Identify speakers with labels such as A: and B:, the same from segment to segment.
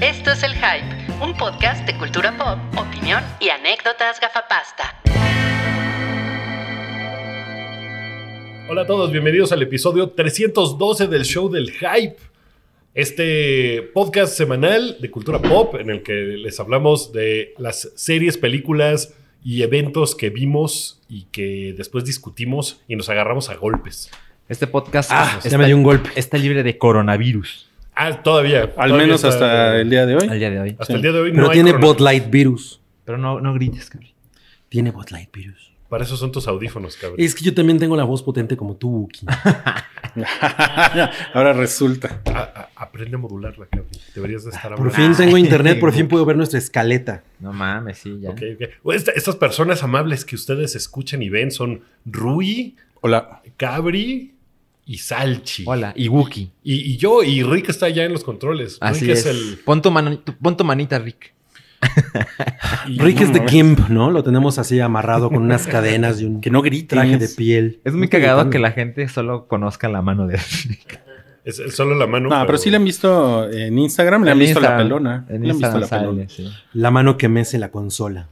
A: Esto es El Hype, un podcast de cultura pop, opinión y anécdotas gafapasta.
B: Hola a todos, bienvenidos al episodio 312 del show del hype. Este podcast semanal de cultura pop en el que les hablamos de las series, películas y eventos que vimos y que después discutimos y nos agarramos a golpes.
C: Este podcast
D: Ah,
C: está,
D: ya me dio un golpe.
C: está libre de coronavirus
B: Ah, todavía.
E: Al
B: todavía
E: menos
B: está-
E: hasta el día de
C: al
E: hoy.
C: día de hoy.
B: hasta el día de hoy.
D: Pero
B: no hay
D: tiene
B: coronavirus.
D: Bot Light Virus.
C: Pero no, no grites, cabrón.
D: Tiene Bot Light Virus.
B: Para eso son tus audífonos, cabrón.
D: Es que yo también tengo la voz potente como tú, Wookie.
E: Ahora resulta.
B: A- a- Ah, aprende a modularla, cabrón. Deberías de estar
D: Por
B: hablando.
D: fin tengo internet, por fin puedo ver nuestra escaleta.
C: No mames, sí, ya.
B: Ok, ok. O esta- estas personas amables que ustedes escuchan y ven son Rui,
E: Hola.
B: Cabri y Salchi.
C: Hola, y Wookie.
B: Y, y yo, y Rick está allá en los controles.
C: Así
B: Rick es,
C: es.
B: el.
C: Pon, tu mano- tu- pon tu manita, Rick.
D: Rick
E: No
D: es de
E: mames.
D: Gimp, ¿no? Lo tenemos así amarrado con unas cadenas y un
E: Que no grites.
D: traje de piel.
C: Es muy
D: No estoy
C: cagado
D: gritando.
C: que la gente solo conozca la mano de Rick.
B: es- es solo la mano.
E: No, pero sí le han visto en Instagram, le han
C: En
E: visto la
C: Instagram-
E: pelona.
C: En
E: Le han visto
C: Instagram
E: la pelona.
C: sale, sí.
D: La mano que mece la consola.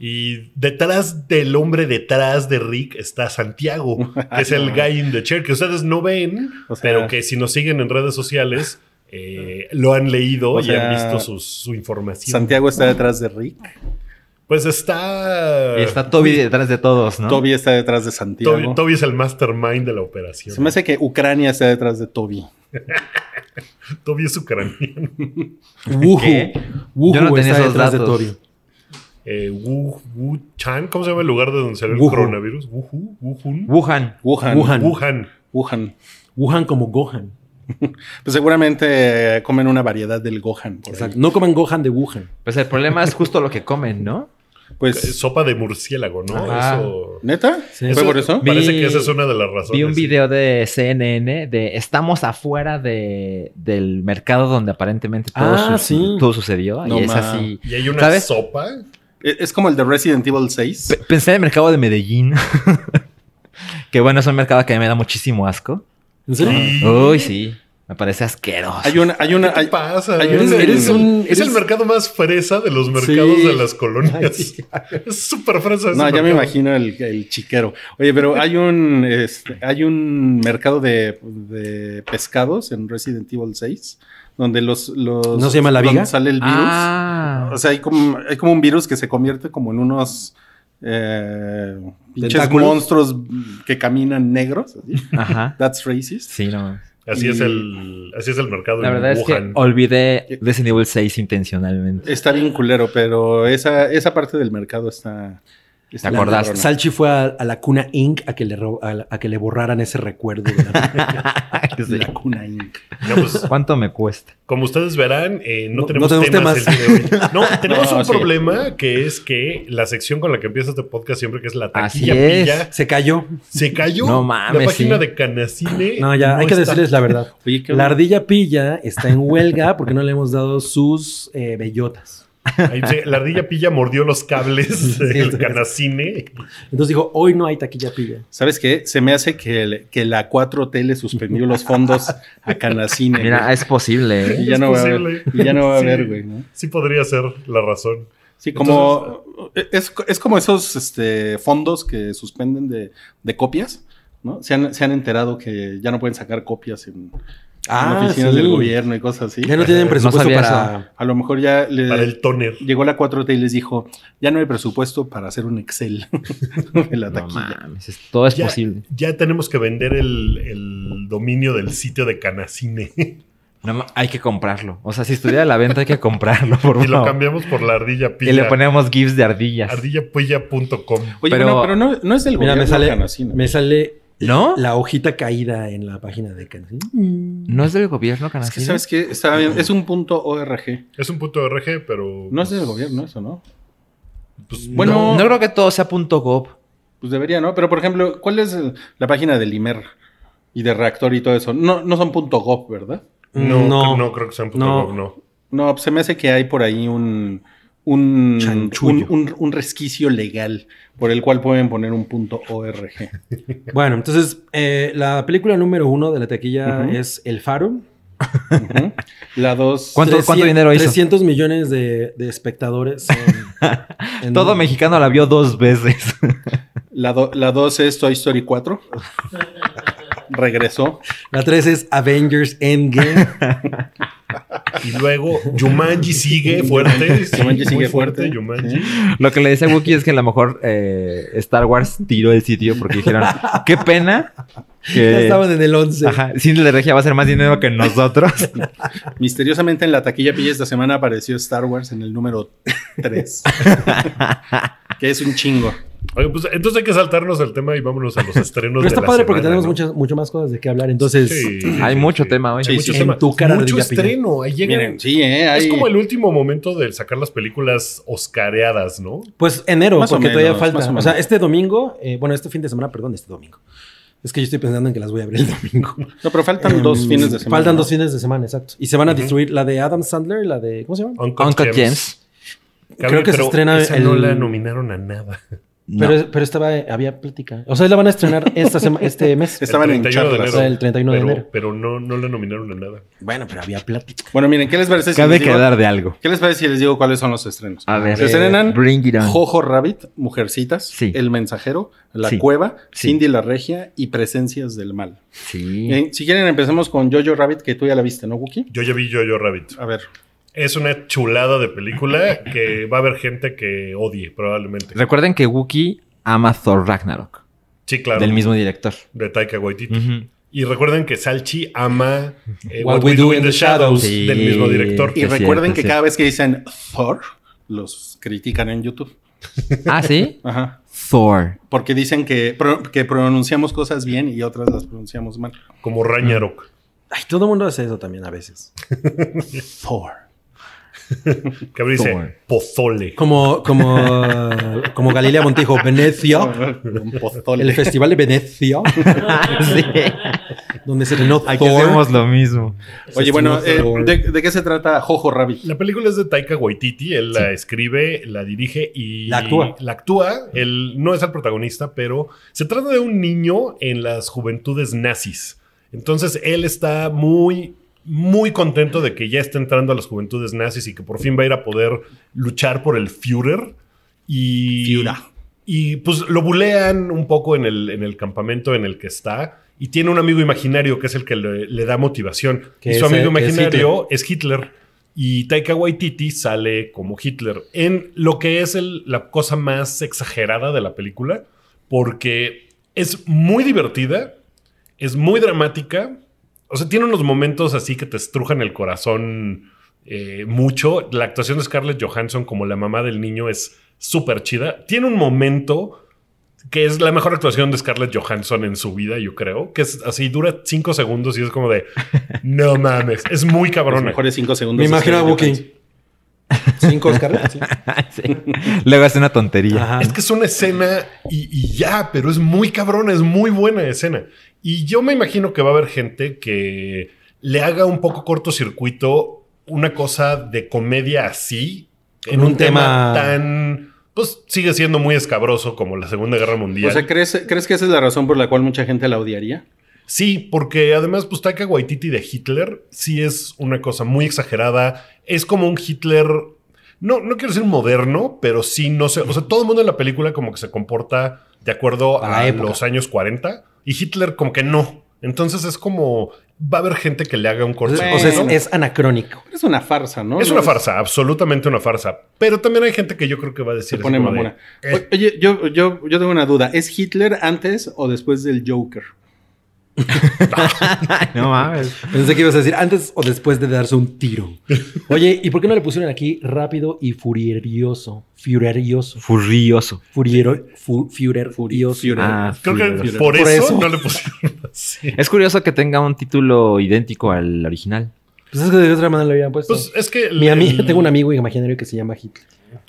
B: Y detrás del hombre detrás de Rick está Santiago, que es el guy in the chair, que ustedes no ven,
E: O sea-
B: pero que si nos siguen en redes sociales, eh, lo han leído
E: O
B: y
E: sea,
B: han visto sus- su información.
E: Santiago está detrás de Rick.
B: Pues está.
C: Y está Toby detrás de todos, ¿no?
E: Toby está detrás de Santiago.
B: Toby, Toby es el mastermind de la operación.
E: Se me hace que Ucrania está detrás de Toby.
B: Toby es ucraniano.
D: Wuhu.
C: ¿Qué?
D: Wuhu
C: Yo no tenía
D: está
C: esos
D: detrás
C: datos.
D: de Toby.
B: Eh, Wu, Wu Chan, ¿cómo se llama el lugar de donde salió el
D: Wuhu.
B: coronavirus? Wuhu, Wuhun,
C: Wuhan.
E: Wuhan.
D: Wuhan.
B: Wuhan.
E: Wuhan.
D: Wuhan como Gohan.
E: Pues seguramente eh, comen una variedad del Gohan. por ahí.
D: Exacto. No coman Gohan de Wuhan.
C: Pues el problema es justo lo que comen, ¿no?
B: Eh,
E: Pues,
B: Sopa de murciélago, ¿no?
C: Ajá.
B: Eso.
E: ¿neta?
D: Sí.
E: ¿Fue por eso?
C: Vi-
B: Parece que esa es una de las razones.
C: Vi un
B: sí.
C: video de CNN de estamos afuera de, del mercado donde aparentemente todo,
D: Ah,
C: su-
D: sí.
C: todo sucedió.
E: No
C: y es
E: ma.
C: así.
B: Y hay una
C: ¿Sabes? Ah.
B: sopa.
E: Eh, Es como el de Resident Evil 6.
C: P- pensé en el mercado de Medellín. que bueno, es un mercado que a mí me da muchísimo asco.
D: ¿En
B: Y-
D: serio?
C: Uy, sí. Me parece asqueroso.
E: Hay una, hay una,
B: ¿Qué
E: hay-
B: pasa?
E: hay
B: es,
E: un- eres
D: un-
B: es el
D: eres-
B: mercado más fresa de los mercados
D: Sí.
B: de las colonias. Es súper fresa. ese
E: No, ya me
B: mercado.
E: imagino el, el chiquero. Oye, pero hay un este, hay un mercado de, de pescados en Resident Evil 6 donde los, los
D: ¿No se llama la
E: donde
D: viga?
E: sale el virus.
C: Ah.
E: O sea, hay como, hay como un virus que se convierte como en unos eh, pinches
D: Tentáculos.
E: monstruos que caminan negros. así.
C: Ajá.
E: That's racist.
C: Sí, no. mames.
B: Así,
E: Y-
B: es el, así es el mercado
C: La
B: en
C: verdad es que
B: Wuhan.
C: olvidé Resident Evil 6 intencionalmente.
E: Está bien culero, pero esa, esa parte del mercado está. está
C: ¿Te acordaste?
E: cabrona.
D: Salchi fue a, a la cuna Inc. a que le, ro- a, la- a que le borraran ese recuerdo. de la-
C: Sí.
E: La cuna Inc.
B: No, pues,
C: ¿Cuánto me cuesta?
B: Como ustedes verán, eh, no,
D: No-
B: tenemos,
D: no tenemos
B: temas. el día de hoy. No, tenemos
E: No,
B: un
E: sí.
B: problema que es que la sección con la que empieza este podcast siempre, que es la
C: Así
B: taquilla
C: es.
B: pilla,
D: Se cayó.
B: se cayó.
C: No mames,
B: La página
C: sí.
B: de Canacine.
D: No, ya, hay que
B: está.
D: decirles la verdad.
E: Oye, ¿qué
D: La
E: onda?
D: ardilla pilla está en huelga porque no le hemos dado sus eh, bellotas.
B: Ahí se- la ardilla pilla mordió los cables del
D: sí, sí.
B: Canacine.
D: Entonces dijo, hoy no hay taquilla pilla.
E: ¿Sabes qué? Se me hace que, el- que la 4T le suspendió los fondos a Canacine.
C: Mira,
E: güey.
C: es posible.
E: y,
C: ¿eh?
E: ya
B: es
E: no va a
B: posible.
E: haber, y ya no va a
B: Sí.
E: haber, güey. ¿no?
B: Sí podría ser la razón.
E: Sí, como. es, es como esos este, fondos que suspenden de, de copias, ¿no? Se han, se han enterado que ya no pueden sacar copias en, en oficinas del gobierno y cosas así.
D: Ah, Ya no tienen
C: No
D: presupuesto
C: sabía
D: para...
E: A lo mejor ya le.
B: Para el toner.
E: Llegó la 4T y les dijo, ya no hay presupuesto para hacer un Excel de la
C: No
E: taquilla.
C: mames, es- todo es
B: Ya,
C: posible.
B: ya tenemos que vender el, el dominio del sitio de Canacine. y
C: No ma- hay que comprarlo. O sea, si estuviera a la venta hay que comprarlo, por
B: lo
C: favor.
B: cambiamos por la ardilla pilla.
C: Y le ponemos GIFs de ardillas.
B: Ardillapilla.com.
E: Oye,
C: Pero-
E: pero, pero no, no es del
D: Mira,
E: gobierno
D: me sale,
E: Canacine.
D: me sale
C: ¿No? Mm.
D: la hojita caída en la página de Canacín.
C: ¿No es del gobierno
E: Es que,
C: canadiense?
E: ¿sabes qué? Está bien, es un punto ORG.
B: Es un punto RG, pero.
E: No es
B: pues,
E: del gobierno eso, ¿no?
B: pues,
E: Bueno,
C: no, no creo que todo sea punto .gov.
E: Pues debería, ¿no? Pero, por ejemplo, ¿cuál es el- la página del IMER y de Reactor y todo eso? No, no son punto .gov, ¿verdad?
B: no, no,
D: No.
B: creo que sea un punto
D: No.
B: gov, no.
E: No, pues se me hace que hay por ahí un... Un,
D: Chanchullo.
E: un- un- un resquicio legal por el cual pueden poner un punto ORG.
D: Bueno, entonces eh, la película número uno de la taquilla
E: Ujú.
D: es El Faro.
E: Ujú. La dos.
C: ¿Cuánto- dinero hizo?
D: 300 millones de, de espectadores. en- en-
C: Todo mexicano la vio dos veces.
E: La, do- la dos es Toy Story 4. Regresó.
D: La 3 es Avengers Endgame.
B: Y luego Jumanji sigue fuerte. sí,
E: Jumanji
B: muy
E: sigue fuerte.
B: Jumanji.
C: Lo que le decía a Wookiee es que a lo mejor eh, Star Wars tiró el sitio porque dijeron, qué pena
D: ya
C: que
D: estaban en el 11.
C: ajá, Cindy de Regia va a hacer más dinero que nosotros.
E: Misteriosamente en la taquilla pilla esta semana apareció Star Wars en el número 3. que es un chingo.
B: Oye, pues entonces hay que saltarnos el tema y vámonos a los estrenos.
D: Pero está
B: de la
D: padre porque
B: semana,
D: tenemos
B: ¿no?
D: muchas, mucho más cosas de qué hablar. Entonces,
B: Sí,
C: Hay
B: sí,
C: mucho
B: sí.
C: tema hoy.
E: Sí,
B: Hay mucho
E: en
B: tema.
D: tu cara de
B: mucho
D: Villapiña.
B: estreno. Ahí llega-
E: Miren, sí, ¿eh?
B: Es
E: Hay-
B: como el último momento de sacar las películas oscareadas, ¿no?
D: pues enero,
E: Más o
D: porque todavía
E: menos, más
D: falta.
E: o
D: O, sea,
E: menos.
D: este domingo, eh, bueno, este fin de semana, perdón, este domingo. Es que yo estoy pensando en que las voy a abrir el domingo.
E: No, pero faltan
D: Em,
E: dos fines de semana.
D: Faltan
E: ¿no?
D: dos fines de semana, exacto. Y se van a distribuir la de Adam Sandler, la de. ¿Cómo se llama?
C: Uncut Gems.
D: Creo que se
B: pero
D: estrena
B: esa no
D: el-
B: la nominaron a nada.
C: No.
D: Pero, pero estaba, había plática. O sea, la van a estrenar esta sema- este mes.
E: Es- Estaban en charlas.
D: O sea, el 31 de
B: pero,
D: enero.
B: Pero no, no la nominaron a nada.
D: Bueno, pero había plática.
E: Bueno, miren, ¿qué les parece si
C: Cabe
E: les digo,
C: quedar Ah, de algo.
E: ¿Qué les parece si les digo cuáles son los estrenos?
C: A ver.
E: Se estrenan
C: Bring it on.
E: Jojo Rabbit, Mujercitas,
C: Sí.
E: El Mensajero, La
C: Sí.
E: Cueva,
C: Sí.
E: Cindy la Regia y Presencias del Mal.
C: Sí.
E: Bien, si quieren empecemos con Jojo Rabbit, que tú ya la viste, ¿no, Wookie?
B: Yo ya vi Yo-Yo Rabbit.
E: A ver.
B: Es una chulada de película que va a haber gente que odie, probablemente.
C: Recuerden que Wookiee ama Thor Ragnarok,
B: Sí, claro.
C: del mismo director.
B: De Taika Waititi.
C: Ujú.
B: Y recuerden que Salchi ama eh,
D: What We Do in the Shadows.
C: Sí.
B: del mismo director.
E: Y
C: Sí, es
E: recuerden
C: cierto,
E: que
C: sí.
E: cada vez que dicen Thor, los critican en YouTube.
C: Ah, sí.
E: Ajá.
C: Thor.
E: Porque dicen que, pro- que pronunciamos cosas bien y otras las pronunciamos mal.
B: Como Ragnarok.
D: Ay, todo el mundo hace eso también a veces.
E: Thor.
B: Que ahora dice
C: Thor.
B: Pozole.
D: Como, como, como Galilea Montijo, Venecia.
E: Un
D: El
E: pozole.
D: Festival de Venecia,
C: sí.
D: donde se estrenó
C: Aquí
D: Thor.
C: hacemos lo mismo.
E: Oye, bueno, eh,
D: Thor.
E: ¿de, de qué se trata Jojo Rabbit?
B: La película es de Taika Waititi, él la escribe, la dirige y
D: La actúa.
B: La actúa, él no es el protagonista, pero se trata de un niño en las juventudes nazis. Entonces él está muy, muy contento de que ya está entrando a las juventudes nazis y que por fin va a ir a poder luchar por el Führer. Y,
E: Führer.
B: y pues lo bulean un poco en el, en el campamento en el que está. Y tiene un amigo imaginario que es el que le, le da motivación.
D: Que
B: Y su
D: es,
B: amigo
D: eh, que es
B: imaginario es Hitler. Y Taika Waititi sale como Hitler en lo que es el- la cosa más exagerada de la película, porque es muy divertida, es muy dramática, o sea, tiene unos momentos así que te estrujan el corazón eh, mucho. La actuación de Scarlett Johansson como la mamá del niño es súper chida. Tiene un momento que es la mejor actuación de Scarlett Johansson en su vida, yo creo, que es así, dura cinco segundos y es como de, no mames, es muy
E: Los
B: cabrona.
E: mejores cinco segundos.
D: Me imagino a
E: de
D: Booking. Cinco Oscar. sí.
C: Sí. Luego hace una tontería.
D: Ajá.
B: Es que es una escena y, y ya, pero es muy cabrona, es muy buena escena. Y yo me imagino que va a haber gente que le haga un poco cortocircuito una cosa de comedia así,
D: Con
B: en un,
D: un
B: tema,
D: tema-
B: tan, pues sigue siendo muy escabroso como la Segunda Guerra Mundial.
E: O sea, ¿crees, ¿crees que esa es la razón por la cual mucha gente la odiaría?
B: Sí, porque además, pues Taika Waititi de Hitler sí es una cosa muy exagerada. Es como un Hitler. No, no quiero decir moderno, pero sí no sé. O sea, todo el mundo en la película como que se comporta de acuerdo
D: A la
B: a
D: época.
B: los años 40 y Hitler como que no. Entonces es como va a haber gente que le haga un corte.
D: O sea, es, es anacrónico.
E: Es una farsa, ¿no?
B: es
E: No,
B: una farsa, absolutamente una farsa. Pero también hay gente que yo creo que va a decir.
E: Se pone
B: así como de,
E: mamona.
B: eh.
E: O- Oye, yo, yo, yo tengo una duda. ¿Es Hitler antes o después del Joker?
C: No mames.
D: Pensé que ibas a decir antes o después de darse un tiro. Oye, ¿y por qué no le pusieron aquí rápido y furioso? Furioso.
C: Furrioso.
D: Furiero, fu- Führer, furioso.
E: Führer.
C: Ah,
B: Creo que
C: furioso.
B: por,
D: Por
B: eso,
D: eso.
B: no le pusieron así.
C: Es curioso que tenga un título idéntico al original.
D: Pues es que de otra manera lo habían puesto.
B: Pues es que
D: Mi
B: el-
D: amiga, tengo un amigo imaginario que se llama Hitler.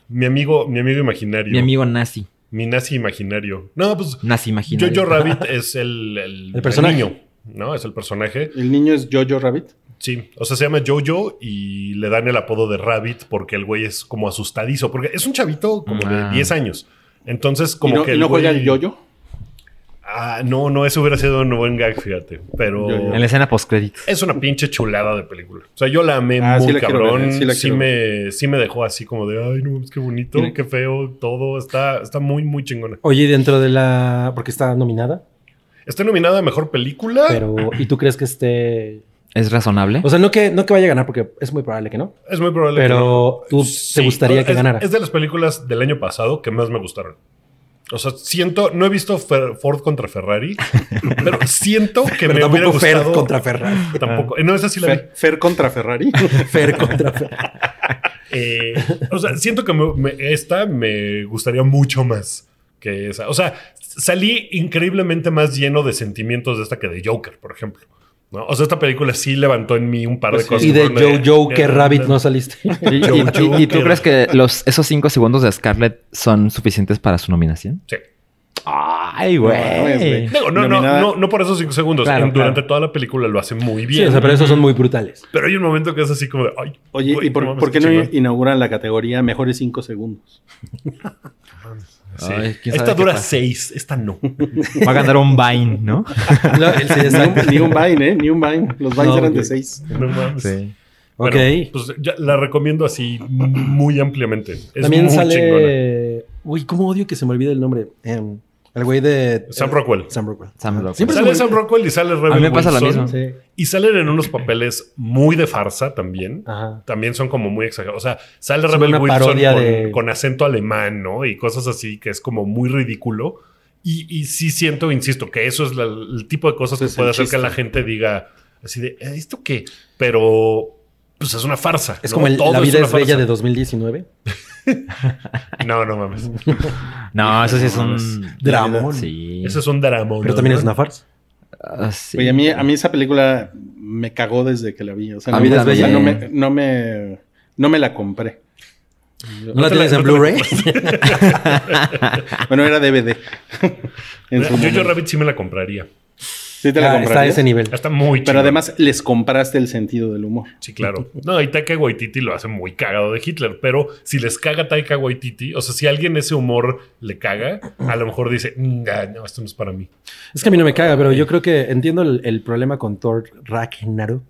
B: mi amigo, mi amigo imaginario.
C: Mi amigo nazi.
B: Mi nazi imaginario. No, pues
C: Nazi imaginario.
B: Jojo Rabbit es el, el,
D: El personaje.
B: niño, ¿no? Es el personaje.
E: ¿El niño es Jojo Rabbit?
B: Sí, o sea, se llama Jojo y le dan el apodo de Rabbit porque el güey es como asustadizo, porque es un chavito como
C: Ah.
B: de 10 años. Entonces,
E: ¿Y
B: como
E: no,
B: que...
E: y no
B: güey-
E: juega el Jojo?
B: Ah, no, no, eso hubiera sido un buen gag, fíjate. Pero.
E: Yo, yo.
C: En la escena postcréditos.
B: Es una pinche chulada de película. O sea, yo la amé
E: Ah, sí
B: muy
E: la quiero
B: cabrón.
E: ver,
B: sí,
E: sí la quiero
B: me, sí me dejó así como de, ay, no, es que bonito,
E: Mira.
B: qué feo, todo. Está, está muy, muy chingona.
D: Oye, dentro de la. Porque está nominada,
B: Está nominada a mejor película.
D: pero. ¿Y tú crees que esté.?
C: ¿Es razonable?
D: O sea, no que, no que vaya a ganar, porque es muy probable que no.
B: es muy probable. que no.
D: Pero tú
B: Sí,
D: te gustaría que
B: es-
D: ganara.
B: Es de las películas del año pasado que más me gustaron. O sea, siento, no he visto Fer- Ford contra Ferrari, pero siento que me hubiera
D: tampoco Fer
B: gustado.
D: contra Ferrari.
B: Tampoco. Eh, No, esa sí la vi.
E: Fer, Fer contra Ferrari.
D: Fer contra Ferrari.
B: Eh, o sea, siento que me- me- esta me gustaría mucho más que esa. O sea, salí increíblemente más lleno de sentimientos de esta que de Joker, por ejemplo. ¿no? O sea, esta película sí levantó en mí un par
E: Pues
B: de
E: sí.
B: cosas.
D: Y de
B: que fueron
D: Joe
B: de-
D: Joker Rabbit no saliste.
E: Y- y-
B: Joe
E: y-
B: Joker.
C: ¿Y tú crees que los, esos cinco segundos de Scarlett son suficientes para su nominación?
B: Sí.
C: Ay,
E: No, no es, güey.
C: güey.
B: Digo, no, no,
E: Nominada-
B: no, no por esos cinco segundos.
C: Claro,
B: En- durante
C: claro.
B: toda la película lo hace muy bien.
D: Sí, o sea, pero esos son muy brutales.
B: Pero hay un momento que es así como de, ay,
E: Oye,
B: güey,
E: ¿y por,
B: mames,
E: por qué no
B: chingón.
E: inauguran la categoría mejores 5 segundos?
B: Sí.
C: Ay, quién sabe
B: Esta
C: qué
B: dura
C: pasa.
B: seis, esta no.
C: Va a ganar un Vine, ¿no?
D: No, el- sí, exacto.
E: Ni un Vine, ¿eh? Ni un Vine. Los Vines
D: No,
E: eran de
D: güey.
E: 6.
B: No mames.
D: Ok.
B: Bueno, pues ya la recomiendo así muy ampliamente. Es
D: También
B: muy
D: sale.
B: chingona.
D: Uy, cómo odio que se me olvide el nombre. Em, el güey de.
B: Sam Rockwell.
D: Sam Rockwell.
C: Sam Rockwell.
D: Siempre se me
B: Sale
D: olvida.
B: Sam Rockwell y sale Rebel
C: A mí me pasa lo
B: Wilson.
C: mismo.
D: Sí.
B: Y salen en unos papeles muy de farsa también.
D: Ajá.
B: También son como muy exagerados. O sea, sale
D: Es
B: Rebel
D: una
B: Wilson con,
D: parodia de-
B: con acento alemán, ¿no? Y cosas así que es como muy ridículo. Y, y sí siento, insisto, que eso es la- el tipo de cosas
E: Ese
B: que
E: es
B: puede
E: el
B: hacer
E: chiste.
B: que la gente diga así de, "Eh, ¿esto qué? Pero pues es una farsa.
D: Es
B: ¿no?
D: como el-
B: Todo
D: La vida
B: una
D: es bella
B: farsa.
D: de 2019.
B: No, no mames.
C: No, eso sí es
E: No,
C: un...
D: Dramón.
C: Sí.
B: Ese es un dramón.
D: Pero también es una farsa.
C: Ah, sí.
E: Oye, a mí, a mí esa película me cagó desde que la vi. O sea,
D: A
E: no,
D: mí
E: me,
D: también.
E: o sea, no me, no me- no me la compré.
D: ¿No la
B: te
D: tienes
B: la-
D: en
B: no te la
D: Blu-ray?
E: Bueno, era DVD. En su
B: Yo, yo
E: momento.
B: Rabbit sí me la compraría.
E: Sí te la
D: Ah, está a
E: comprarías?
D: ese nivel.
B: Está muy
E: Pero
B: chingona.
E: además les compraste el sentido del humor.
B: Sí, claro. No, y Taika Waititi lo hace muy cagado de Hitler, pero si les caga Taika Waititi, o sea, si a alguien ese humor le caga, a lo mejor dice, "Mm, ah, no, esto no es para mí.
D: Es que a mí no me caga, pero yo creo que entiendo el, el problema con Thor Ragnarok.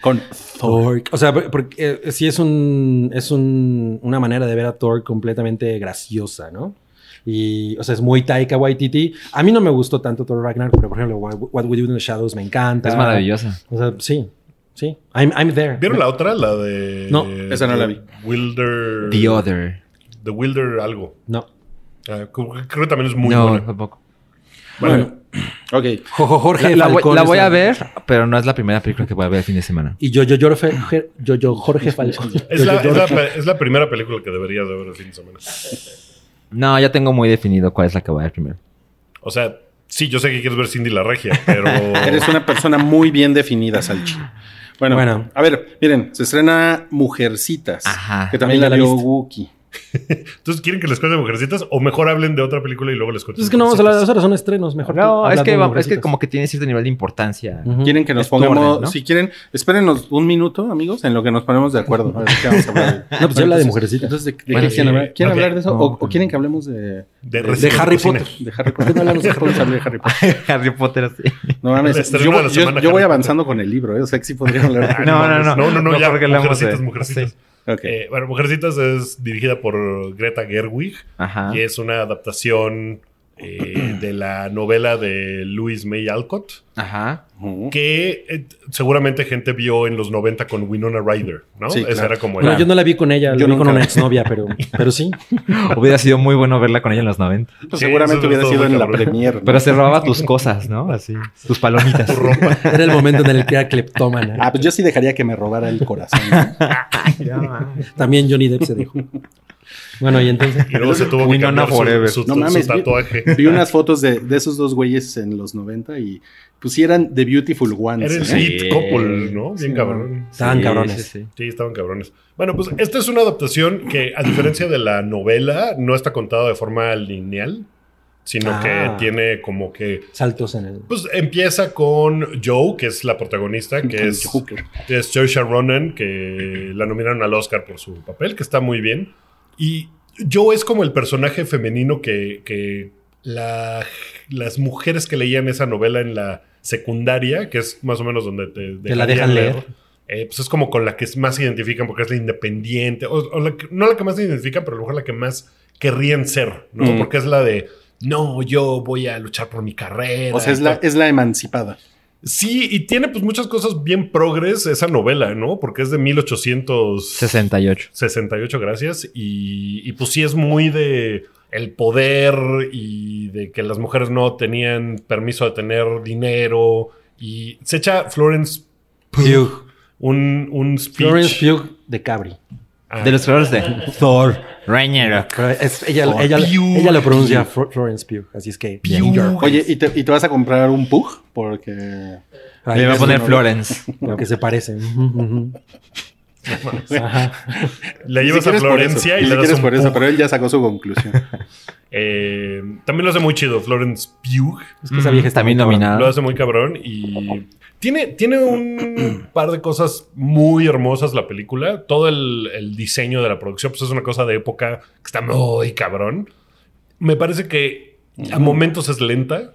E: Con
D: Thor. O sea, por- porque eh, sí es un es un- una manera de ver a Thor completamente graciosa, ¿no? Y, o sea, es muy Taika Waititi. A mí no me gustó tanto Thor Ragnarok, pero por ejemplo, What, What We Do in the Shadows me encanta.
C: Es maravillosa.
D: O sea, sí, sí. I'm, I'm there.
B: ¿Vieron la otra? La de.
D: No,
E: esa no la vi.
B: Wilder.
C: The Other.
B: The Wilder algo.
D: No.
B: Ah, creo creo que también es muy
C: no,
B: buena.
C: tampoco.
E: Bueno. Ok.
D: Jo- jo-
C: La,
D: Jorge
C: la voy,
D: Falcón
C: la
D: es
C: voy a ver, pero no es la primera película que voy a ver el fin de semana.
D: Y yo, yo, yo, Jorge, yo, yo, Jorge Falcón.
B: Es la, es, la, pe- es la primera película que deberías de ver el fin de semana.
C: No, ya tengo muy definido cuál es la que voy a ver primero.
B: O sea, sí, yo sé que quieres ver Cindy la Regia, pero.
E: Eres una persona muy bien definida, Salchi. Bueno,
D: Bueno.
E: a ver, miren, se estrena Mujercitas,
C: Ajá.
E: que también
D: Ah, ya
E: la
D: la
E: vio
D: viste.
E: Wookie.
B: Entonces, ¿quieren que les cuente mujercitas? O mejor hablen de otra película y luego les cuento.
D: Entonces Pues es que no vamos a hablar de ahora son estrenos, mejor.
C: No, es
D: hablar
C: que,
D: de
C: va- es
D: mujercitas.
C: que como que tiene cierto nivel de importancia.
D: Ujú.
E: Quieren que nos
C: Es tu orden,
E: pongamos,
C: ¿no?
E: si quieren, espérenos un minuto, amigos, en lo que nos ponemos de acuerdo. A ver, ¿qué vamos a hablar?
D: No, pues ya habla de mujercitas.
E: Entonces, ¿de, de
C: Bueno,
E: qué quieren
B: sí,
E: hablar? ¿Quieren
B: ok.
E: hablar de eso?
C: No,
E: o,
C: no.
E: o quieren que hablemos de,
B: De,
D: de
B: recetas
D: Harry
B: cocina.
D: Potter.
E: de Harry Potter? ¿Por qué no hablamos podemos hablar de Harry Potter?
C: Harry Potter así.
E: No
B: El
E: mames,
B: estreno Este
E: yo,
B: de la
E: yo-
B: semana,
E: yo voy
B: Harry
E: avanzando con el libro, ¿eh? o sea que sí podría hablar.
B: Ah,
C: No, no,
B: mames.
C: no.
B: No, no, no,
C: No,
B: ya.
C: porque la hemos
B: Mujercitas,
C: de-
B: mujercitas.
C: sí.
E: Ok.
B: Eh, bueno, Mujercitas es dirigida por Greta Gerwig
C: Ajá.
B: y es una adaptación eh, de la novela de Louise May Alcott
C: Ajá.
E: Ujú.
B: que eh, seguramente gente vio en los 90 con Winona Ryder, ¿no?
E: Sí,
B: Esa
E: claro.
B: era como
D: Bueno,
B: el-
D: yo no la vi con ella, la
E: Yo
D: vi con
E: nunca.
D: una exnovia, pero, pero sí.
C: Hubiera sido muy bueno verla con ella en los 90.
E: Pues
B: Sí,
E: seguramente
B: eso
E: hubiera
B: estuvo
E: sido
B: muy
E: en la
B: cabrón.
E: premier. ¿no?
C: Pero se robaba tus cosas, ¿no? Así. Tus palomitas.
B: tu ropa.
D: Era el momento en el que era cleptómana.
E: Ah, pues yo sí dejaría que me robara el corazón. ¿no?
D: También Johnny Depp se dijo. Bueno, y entonces.
B: Y luego se tuvo que
C: Winona
B: cambiar su,
C: Forever.
B: su-
E: No
B: su
E: mames, vi-
B: tatuaje.
E: Vi unas fotos de, de esos dos güeyes en los 90 y pusieran The Beautiful Ones.
B: Era el
E: ¿eh?
B: hit couple, ¿no? Bien cabrón.
D: Estaban cabrones.
B: Sí, estaban cabrones. Bueno, pues esta es una adaptación que, a diferencia de la novela, no está contada de forma lineal, sino
D: Ah.
B: que tiene como que.
D: Saltos en el.
B: Pues empieza con Joe, que es la protagonista, que es,
E: Joker.
B: que es Saoirse Ronan, que la nominaron al Oscar por su papel, que está muy bien. Y Joe es como el personaje femenino que, que la- las mujeres que leían esa novela en la secundaria, que es más o menos donde te,
D: Te la dejan
B: dejarían
D: leer.
B: eh, pues es como con la que más se identifican porque es la independiente, o, o la que- no la que más se identifican, pero a lo mejor la que más querrían ser, ¿no?
E: Mm.
B: Porque es la de, no, yo voy a luchar por mi carrera.
E: O sea, es la, es la emancipada.
B: Sí, y tiene pues muchas cosas bien progres esa novela, ¿no? Porque es de 1800...
C: 68.
B: 68, gracias. Y, y, pues sí es muy de el poder y de que las mujeres no tenían permiso de tener dinero. Y se echa Florence Pugh
D: Pugh.
B: un, un speech.
D: Florence Pugh de Cabri.
B: Ah,
C: De los creadores de Thor Ragnarok.
D: Pero es- ella,
C: Oh,
B: Por
D: ella,
B: Pugh.
D: ella lo pronuncia Fro- Florence Pugh, así es que...
B: Pugh.
E: Oye, ¿y te, y te vas a comprar un Pug? Porque.
D: Ay,
C: Le iba a
D: es
C: poner
D: una-
C: Florence.
D: Porque se parecen. Ujú, ujú. Ajá.
B: La
E: Ni
B: llevas a
E: siquiera es por
B: Florencia
E: eso,
B: y
E: ni
B: le das
E: siquiera es
B: un
E: por eso,
B: Pugh.
E: pero él ya sacó su conclusión.
B: Eh, también lo hace muy chido, Florence Pugh.
D: Es
C: Mm.
D: que esa vieja está
C: También
D: muy cabrona.
B: Lo
C: nominada.
B: hace muy cabrón y tiene, tiene un par de cosas muy hermosas la película. Todo el, el diseño de la producción pues es una cosa de época que está muy cabrón. Me parece que a momentos es lenta.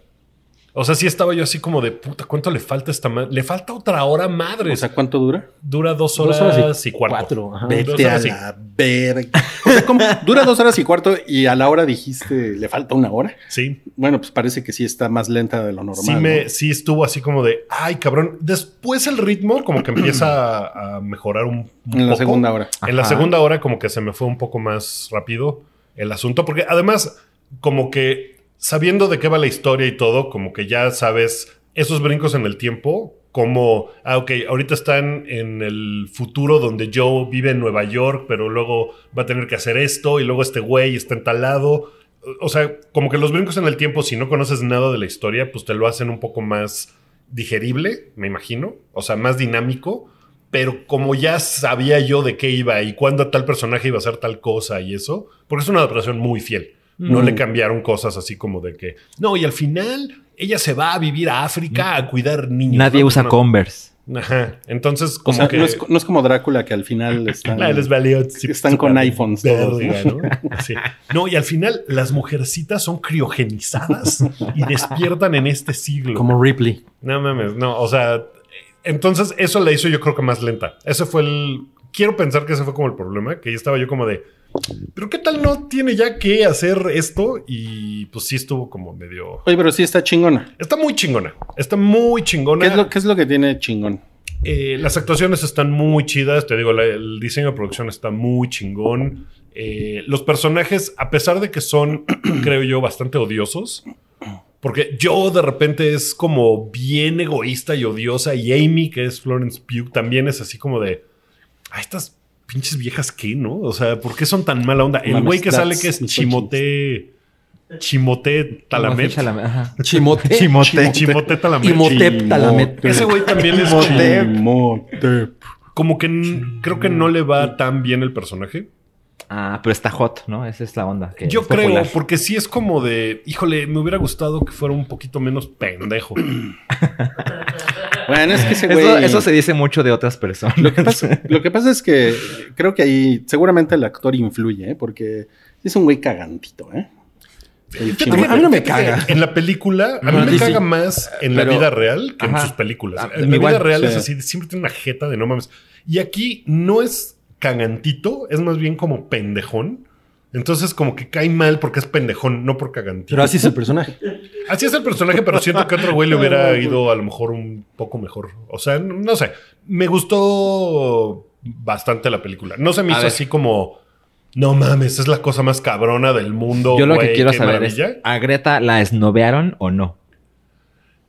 B: O sea, sí estaba yo así como de puta, ¿cuánto le falta a esta madre? Le falta otra hora madre.
E: O sea, ¿cuánto dura?
B: dura dos horas,
D: Dos
B: y, cuarto.
D: cuatro, ajá.
B: Dos
E: Vete a
B: horas y-
E: la verga. O sea, ¿cómo? Dura dos horas y cuarto y a la hora dijiste, ¿le falta una hora?
B: Sí.
E: Bueno, pues parece que sí está más lenta de lo normal.
B: sí, me,
E: ¿no?
B: sí estuvo así como de, ay, cabrón. Después el ritmo como que empieza a, a mejorar un, un
E: En la
B: poco.
E: segunda hora.
B: En la
C: Ajá.
B: segunda hora como que se me fue un poco más rápido el asunto, porque además como que sabiendo de qué va la historia y todo, como que ya sabes esos brincos en el tiempo, como, ah, ok, ahorita están en el futuro donde Joe vive en Nueva York, pero luego va a tener que hacer esto y luego este güey está entalado. O sea, como que los brincos en el tiempo, si no conoces nada de la historia, pues te lo hacen un poco más digerible, me imagino, o sea, más dinámico, pero como ya sabía yo de qué iba y cuándo tal personaje iba a hacer tal cosa y eso, porque es una adaptación muy fiel. No
E: Mm.
B: le cambiaron cosas así como de que, no, y al final ella se va a vivir a África
E: Mm.
B: a cuidar niños.
C: Nadie
B: ¿no?
C: usa
B: No.
C: Converse.
B: Ajá. Entonces,
E: O
B: como
E: sea,
B: que.
E: no, es, no es como Drácula que al final está.
B: Ah, les valió si-
E: Están
B: si-
E: con
B: si-
E: iPhones
B: verga,
E: todos,
B: ¿no? Sí. No, y al final las mujercitas son criogenizadas y despiertan en este siglo.
D: Como Ripley.
B: No mames, no, o sea, entonces eso la hizo yo creo que más lenta. Ese fue el... Quiero pensar que ese fue como el problema, que ya estaba yo como de... Pero ¿qué tal no tiene ya que hacer esto? Y pues sí estuvo como medio...
E: Oye, pero sí está chingona.
B: Está muy chingona, está muy chingona.
E: ¿Qué es, lo, ¿Qué es lo que tiene chingón?
B: Eh, las actuaciones están muy chidas, te digo, la- el diseño de producción está muy chingón. Eh, los personajes, a pesar de que son, creo yo, bastante odiosos, porque yo de repente es como bien egoísta y odiosa, y Amy, que es Florence Pugh, también es así como de, a estas pinches viejas que, ¿no? O sea, ¿por qué son tan mala onda? El
E: Mames,
B: güey que
E: that's
B: sale que es
E: misogynist.
B: Chimote, Chimote Talamet.
C: Chalamet, ajá.
D: Chimote.
C: Chimote.
B: Chimote Talamet.
D: Imhotep Talamet.
B: Ese güey también es
E: Imhotep.
B: como que n- creo que no le va tan bien el personaje.
C: Ah, pero está hot, ¿no? Esa es la onda. que
B: Yo
C: es
B: creo,
C: popular.
B: porque sí es como de, híjole, me hubiera gustado que fuera un poquito menos pendejo.
E: Bueno, es que ese güey.
C: Eso, eso se dice mucho de otras personas.
E: Lo que, pasa, lo que pasa es que creo que ahí seguramente el actor influye, ¿eh? porque es un güey cagantito, ¿eh? El
B: Fíjate
D: A mí,
E: chimo-
D: a mí no me caga.
B: En la película, a mí
D: Ajá,
B: me
D: sí,
B: caga
D: sí.
B: más en la
E: Pero-
B: vida real que en
C: Ajá.
B: sus películas.
C: Ah,
B: En la
C: igual,
B: vida real es
E: sí.
B: así, siempre tiene una jeta de no mames. Y aquí no es cagantito, es más bien como pendejón. Entonces como que cae mal porque es pendejón, no por cagantito.
D: Pero así es el personaje.
B: Así es el personaje, pero siento que a otro güey le hubiera ido a lo mejor un poco mejor. O sea, n- no sé. Me gustó bastante la película. No se me
C: A
B: hizo
C: ver.
B: así como. No mames, es la cosa más cabrona del mundo.
C: Yo lo
B: güey,
C: que quiero
B: qué
C: saber
B: maravilla".
C: es, ¿a Greta la esnovearon o no?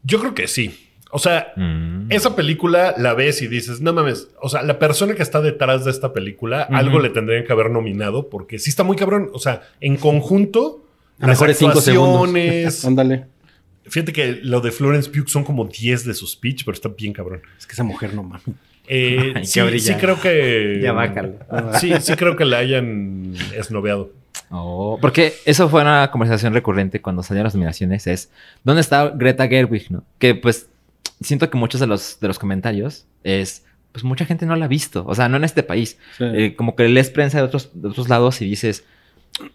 B: Yo creo que sí. O sea,
C: Mm.
B: esa película la ves y dices, no mames. O sea, la persona que está detrás de esta película,
C: Ujú.
B: algo le tendrían que haber nominado porque sí está muy cabrón. O sea, en conjunto,
D: A mejores cinco segundos.
B: actuaciones-
E: Ándale.
B: Fíjate que lo de Florence Pugh son como 10 de su speech, pero está bien cabrón.
D: Es que esa mujer no mames.
B: Eh,
C: Ay,
B: sí,
C: qué brillante.
B: sí creo que.
C: Ya bájalo.
B: Sí, sí creo que la hayan esnoveado.
C: Oh, porque eso fue una conversación recurrente cuando salían las nominaciones, es ¿dónde está Greta Gerwig? ¿no? Que pues siento que muchos de los, de los comentarios es, pues mucha gente no la ha visto, o sea, no en este país.
E: Sí.
C: Eh, como que lees prensa de otros, de otros lados y dices,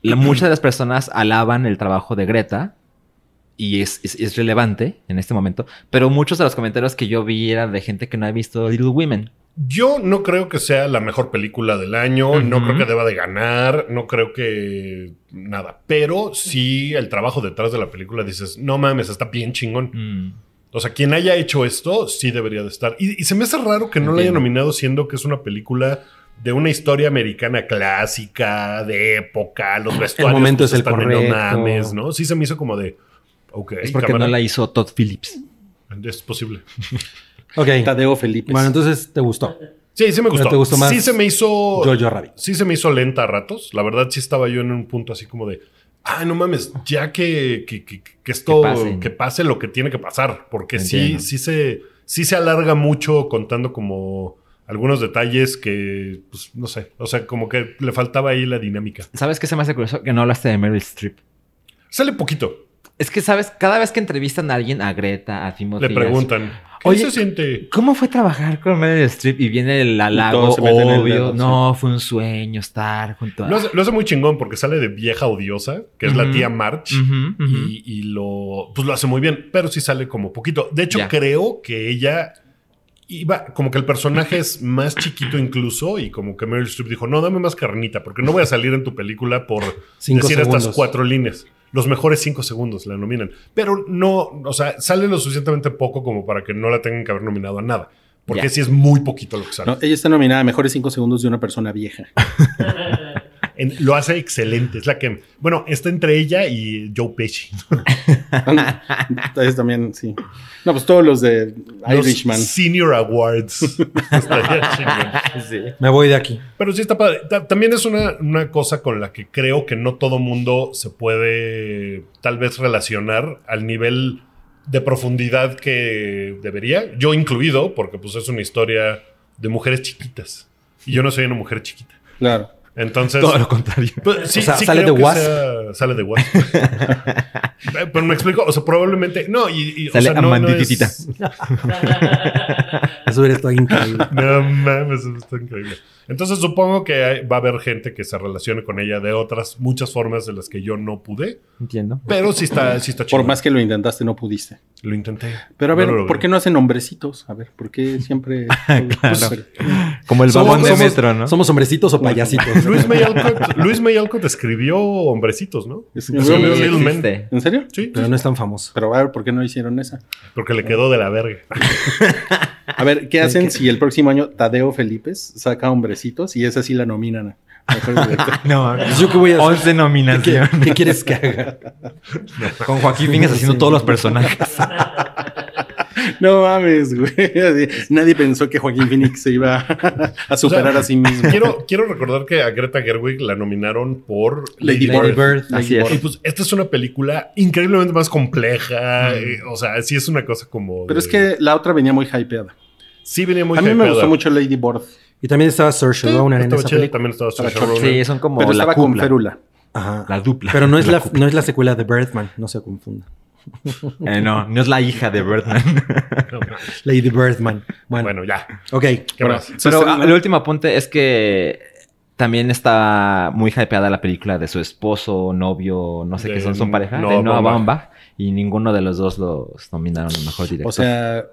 C: la- muchas de las personas alaban el trabajo de Greta, y es, es- es relevante en este momento, pero muchos de los comentarios que yo vi eran de gente que no ha visto Little Women.
B: Yo no creo que sea la mejor película del año, no
C: Ujú.
B: creo que deba de ganar, no creo que nada, pero sí el trabajo detrás de la película dices, no mames, está bien chingón.
E: Mm.
B: O sea, quien haya hecho esto sí debería de estar. Y, y se me hace raro que no la haya
C: Entiendo.
B: nominado siendo que es una película de una historia americana clásica, de época, los vestuarios.
D: momento
B: pues,
D: es el
B: están de
D: correcto.
B: No mames, ¿no? Sí se me hizo como de, ok,
C: Es porque
B: cámara,
C: no la hizo Todd Phillips.
B: es posible.
D: Ok.
E: Tadeo Felipe.
D: Bueno, entonces te gustó.
B: Sí, sí me gustó.
D: te gustó más
B: Sí se me hizo...
D: Jojo Rabbit.
B: sí se me hizo lenta a ratos. La verdad, sí estaba yo en un punto así como de, ah, no mames, ya que, que, que- que esto,
C: Que
B: que,
C: pase.
B: pase lo que tiene que pasar, porque sí,
C: Entiendo.
B: sí se, sí se alarga mucho contando como algunos detalles que, pues, no sé, o sea, como que le faltaba ahí la dinámica.
C: ¿Sabes qué se me hace curioso? Que no hablaste de Meryl Streep.
B: Sale poquito,
C: Es que, ¿sabes? Cada vez que entrevistan a alguien, a Greta, a Timothy...
B: le preguntan, ¿qué
C: Oye,
B: se siente?
C: ¿Cómo fue trabajar con Meryl Streep? Y viene el halago
E: todos se meten el
C: obvio.
E: dedo, sí.
C: no, fue un sueño estar junto a...
B: Lo hace, lo hace muy chingón porque sale de vieja odiosa, que es la
C: Ujú.
B: tía March.
C: Ujú, ujú.
B: y, y lo, pues lo hace muy bien, pero sí sale como poquito. De hecho,
C: Ya.
B: creo que ella iba, como que el personaje es más chiquito incluso, y como que Meryl Streep dijo, no, dame más carnita, porque no voy a salir en tu película por
D: Cinco
B: decir estas
D: segundos.
B: cuatro líneas. Los mejores cinco segundos la nominan. Pero no, o sea, sale lo suficientemente poco como para que no la tengan que haber nominado a nada. Porque
C: Ya.
B: sí es muy poquito lo que sale.
E: No, ella está nominada a Mejores 5 Segundos de una Persona Vieja.
B: En- lo hace excelente. Es la que. Bueno, está entre ella y Joe Pesci.
E: Entonces también, sí. No, pues todos los de
B: Los
E: Irishman.
B: Senior Awards. Estaría chingón.
D: Me voy de aquí.
B: Pero sí está padre. Ta- También es una, una cosa con la que creo que no todo mundo se puede tal vez relacionar al nivel de profundidad que debería. Yo incluido, porque pues es una historia de mujeres chiquitas. Y yo no soy una mujer chiquita.
E: Claro.
B: Entonces...
C: Todo lo contrario.
B: Pues, sí,
D: O sea,
B: sí
D: sale
B: creo
D: de
B: que
D: Wasp.
B: sea- sale de Wasp. Eh, Pero me explico, o sea, probablemente. No, y. y, o
C: Sale
B: sea, no- no
C: Amandititita.
B: es-
D: Eso hubiera estado increíble.
B: No mames, eso está increíble. Entonces supongo que hay- va a haber gente que se relacione con ella de otras muchas formas de las que yo no pude,
C: Entiendo.
B: pero sí está, sí está chido.
E: Por más que lo intentaste, no pudiste.
B: lo intenté.
E: Pero a ver,
B: No lo logré.
E: ¿por qué no hacen hombrecitos? A ver, ¿por qué siempre. pues,
C: Claro. Como el
D: Somos-
C: babón de
D: somos-
C: metro, ¿no?
D: Somos hombrecitos o payasitos.
B: Luis May Alcott, Luis May Alcott escribió Hombrecitos, ¿no?
E: Escribió
B: Escribió
E: Little
B: Little Men.
C: existe.
E: ¿En serio?
B: Sí,
D: Pero no es tan famoso.
E: Pero a ver, ¿por qué no hicieron esa?
B: porque le quedó de la verga.
E: A ver, ¿qué hacen si el próximo año Tadeo Felipe saca hombrecitos y esa sí la nominan a Mejores Director?
C: No,
D: ¿Yo qué voy a hacer?
C: 11
D: ¿Qué,
C: nominaciones.
D: qué quieres que haga?
C: Con Joaquín Phoenix haciendo todos los personajes.
E: No mames, güey. Así, Nadie pensó que Joaquín Phoenix se iba a superar a sí mismo.
B: Quiero, quiero recordar que a Greta Gerwig la nominaron por
E: Lady
D: Lady
E: Bird.
D: Bird.
E: Así
B: Y
E: es.
B: pues esta es una película increíblemente más compleja. eh, o sea, sí es una cosa como.
E: Mm. Pero
B: de-
E: es que la otra venía muy hypeada.
B: Sí venía muy
E: a mí me
B: hypeada.
E: gustó mucho Lady Bird,
D: Y también estaba Saoirse Ronan en
B: Estaba
D: esa
B: chida,
D: película.
B: También estaba Saoirse
E: Estaba
B: Ronan.
C: Sí, son como
E: pero
C: la
E: estaba con
C: cupla.
E: Férula.
D: Ajá.
C: La dupla.
D: Pero no es la,
C: cupla.
D: no es la secuela de Birdman, no se confunda.
C: Eh, no, no es la hija de Birdman.
D: Lady Birdman. Bueno,
B: Bueno, pues ya.
D: ok.
B: ¿Qué
E: Bueno,
B: más?
E: se
C: Pero
E: estrenó-
C: ah, el último apunte es que también está muy hypeada la película de su esposo, novio, no sé
B: De
C: qué son, son pareja,
B: Noah
C: de Noah
B: Baumbach.
C: Baumbach. Y ninguno de los dos los nominaron a mejor director.
E: O sea,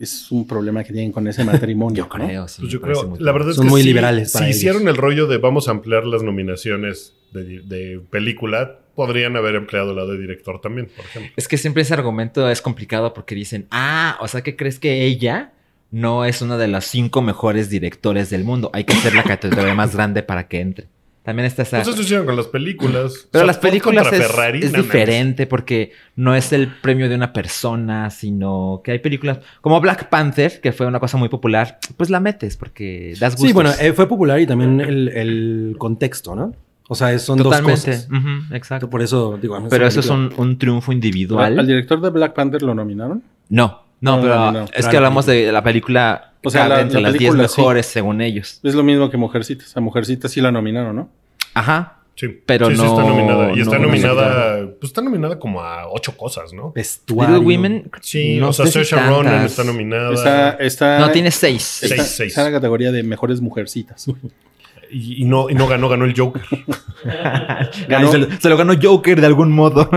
E: es un problema que tienen con ese matrimonio.
C: yo creo, sí.
B: Pues
C: me
B: yo
C: parece
B: creo,
C: muy
B: la
C: claro.
B: verdad es
D: Son
B: que
D: muy
B: sí-
D: liberales
B: si
D: para ellos.
B: hicieron el rollo de vamos a ampliar las nominaciones de, de película, podrían haber empleado la de director también, por ejemplo.
C: Es que siempre ese argumento es complicado porque dicen, ah, o sea que crees que ella no es una de las cinco mejores directores del mundo. Hay que hacer la categoría más grande para que entre. También está esa.
B: Entonces eso hicieron con las películas. O sea,
C: Pero las
B: Ford
C: películas
B: contra
C: es,
B: Ferrari,
C: es
B: no mames.
C: diferente porque no es el premio de una persona, sino que hay películas como Black Panther, que fue una cosa muy popular, pues la metes porque das gusto.
D: Sí, bueno, eh, fue popular y también el, el contexto, ¿no? O sea, son dos
C: totalmente.
D: cosas.
C: Ujú, exacto.
D: Por eso, digo, a mí
C: Pero eso
D: esa
C: es
D: película-
C: un, un triunfo individual.
E: ¿Al director de Black Panther lo nominaron?
C: No, no,
E: No,
C: pero
E: no, no, no.
C: es que hablamos de la película
E: O sea,
C: cabe
E: la-
C: entre
E: la
C: las 10
E: película, sí.
C: mejores según ellos.
E: Es lo mismo que Mujercitas. A Mujercitas sí la nominaron, ¿no?
C: Ajá.
B: Sí,
C: Pero
B: Sí, sí está
C: no-
B: nominada. Y está
C: no- no
B: nominada, pues está nominada como a ocho cosas, ¿no?
D: vestuario.
C: Little Women.
B: Sí,
C: Eh, no
B: o sea,
C: sé si
B: Saoirse Ronan
C: tantas.
B: está nominada.
E: Está, está,
C: No, tiene seis.
E: está-
B: Seis, seis.
E: está en la categoría de Mejores Mujercitas.
B: y, y no, y no ganó, ganó el Joker.
C: Ganó-
E: Ganó-
C: se, lo- se lo ganó Joker de algún modo.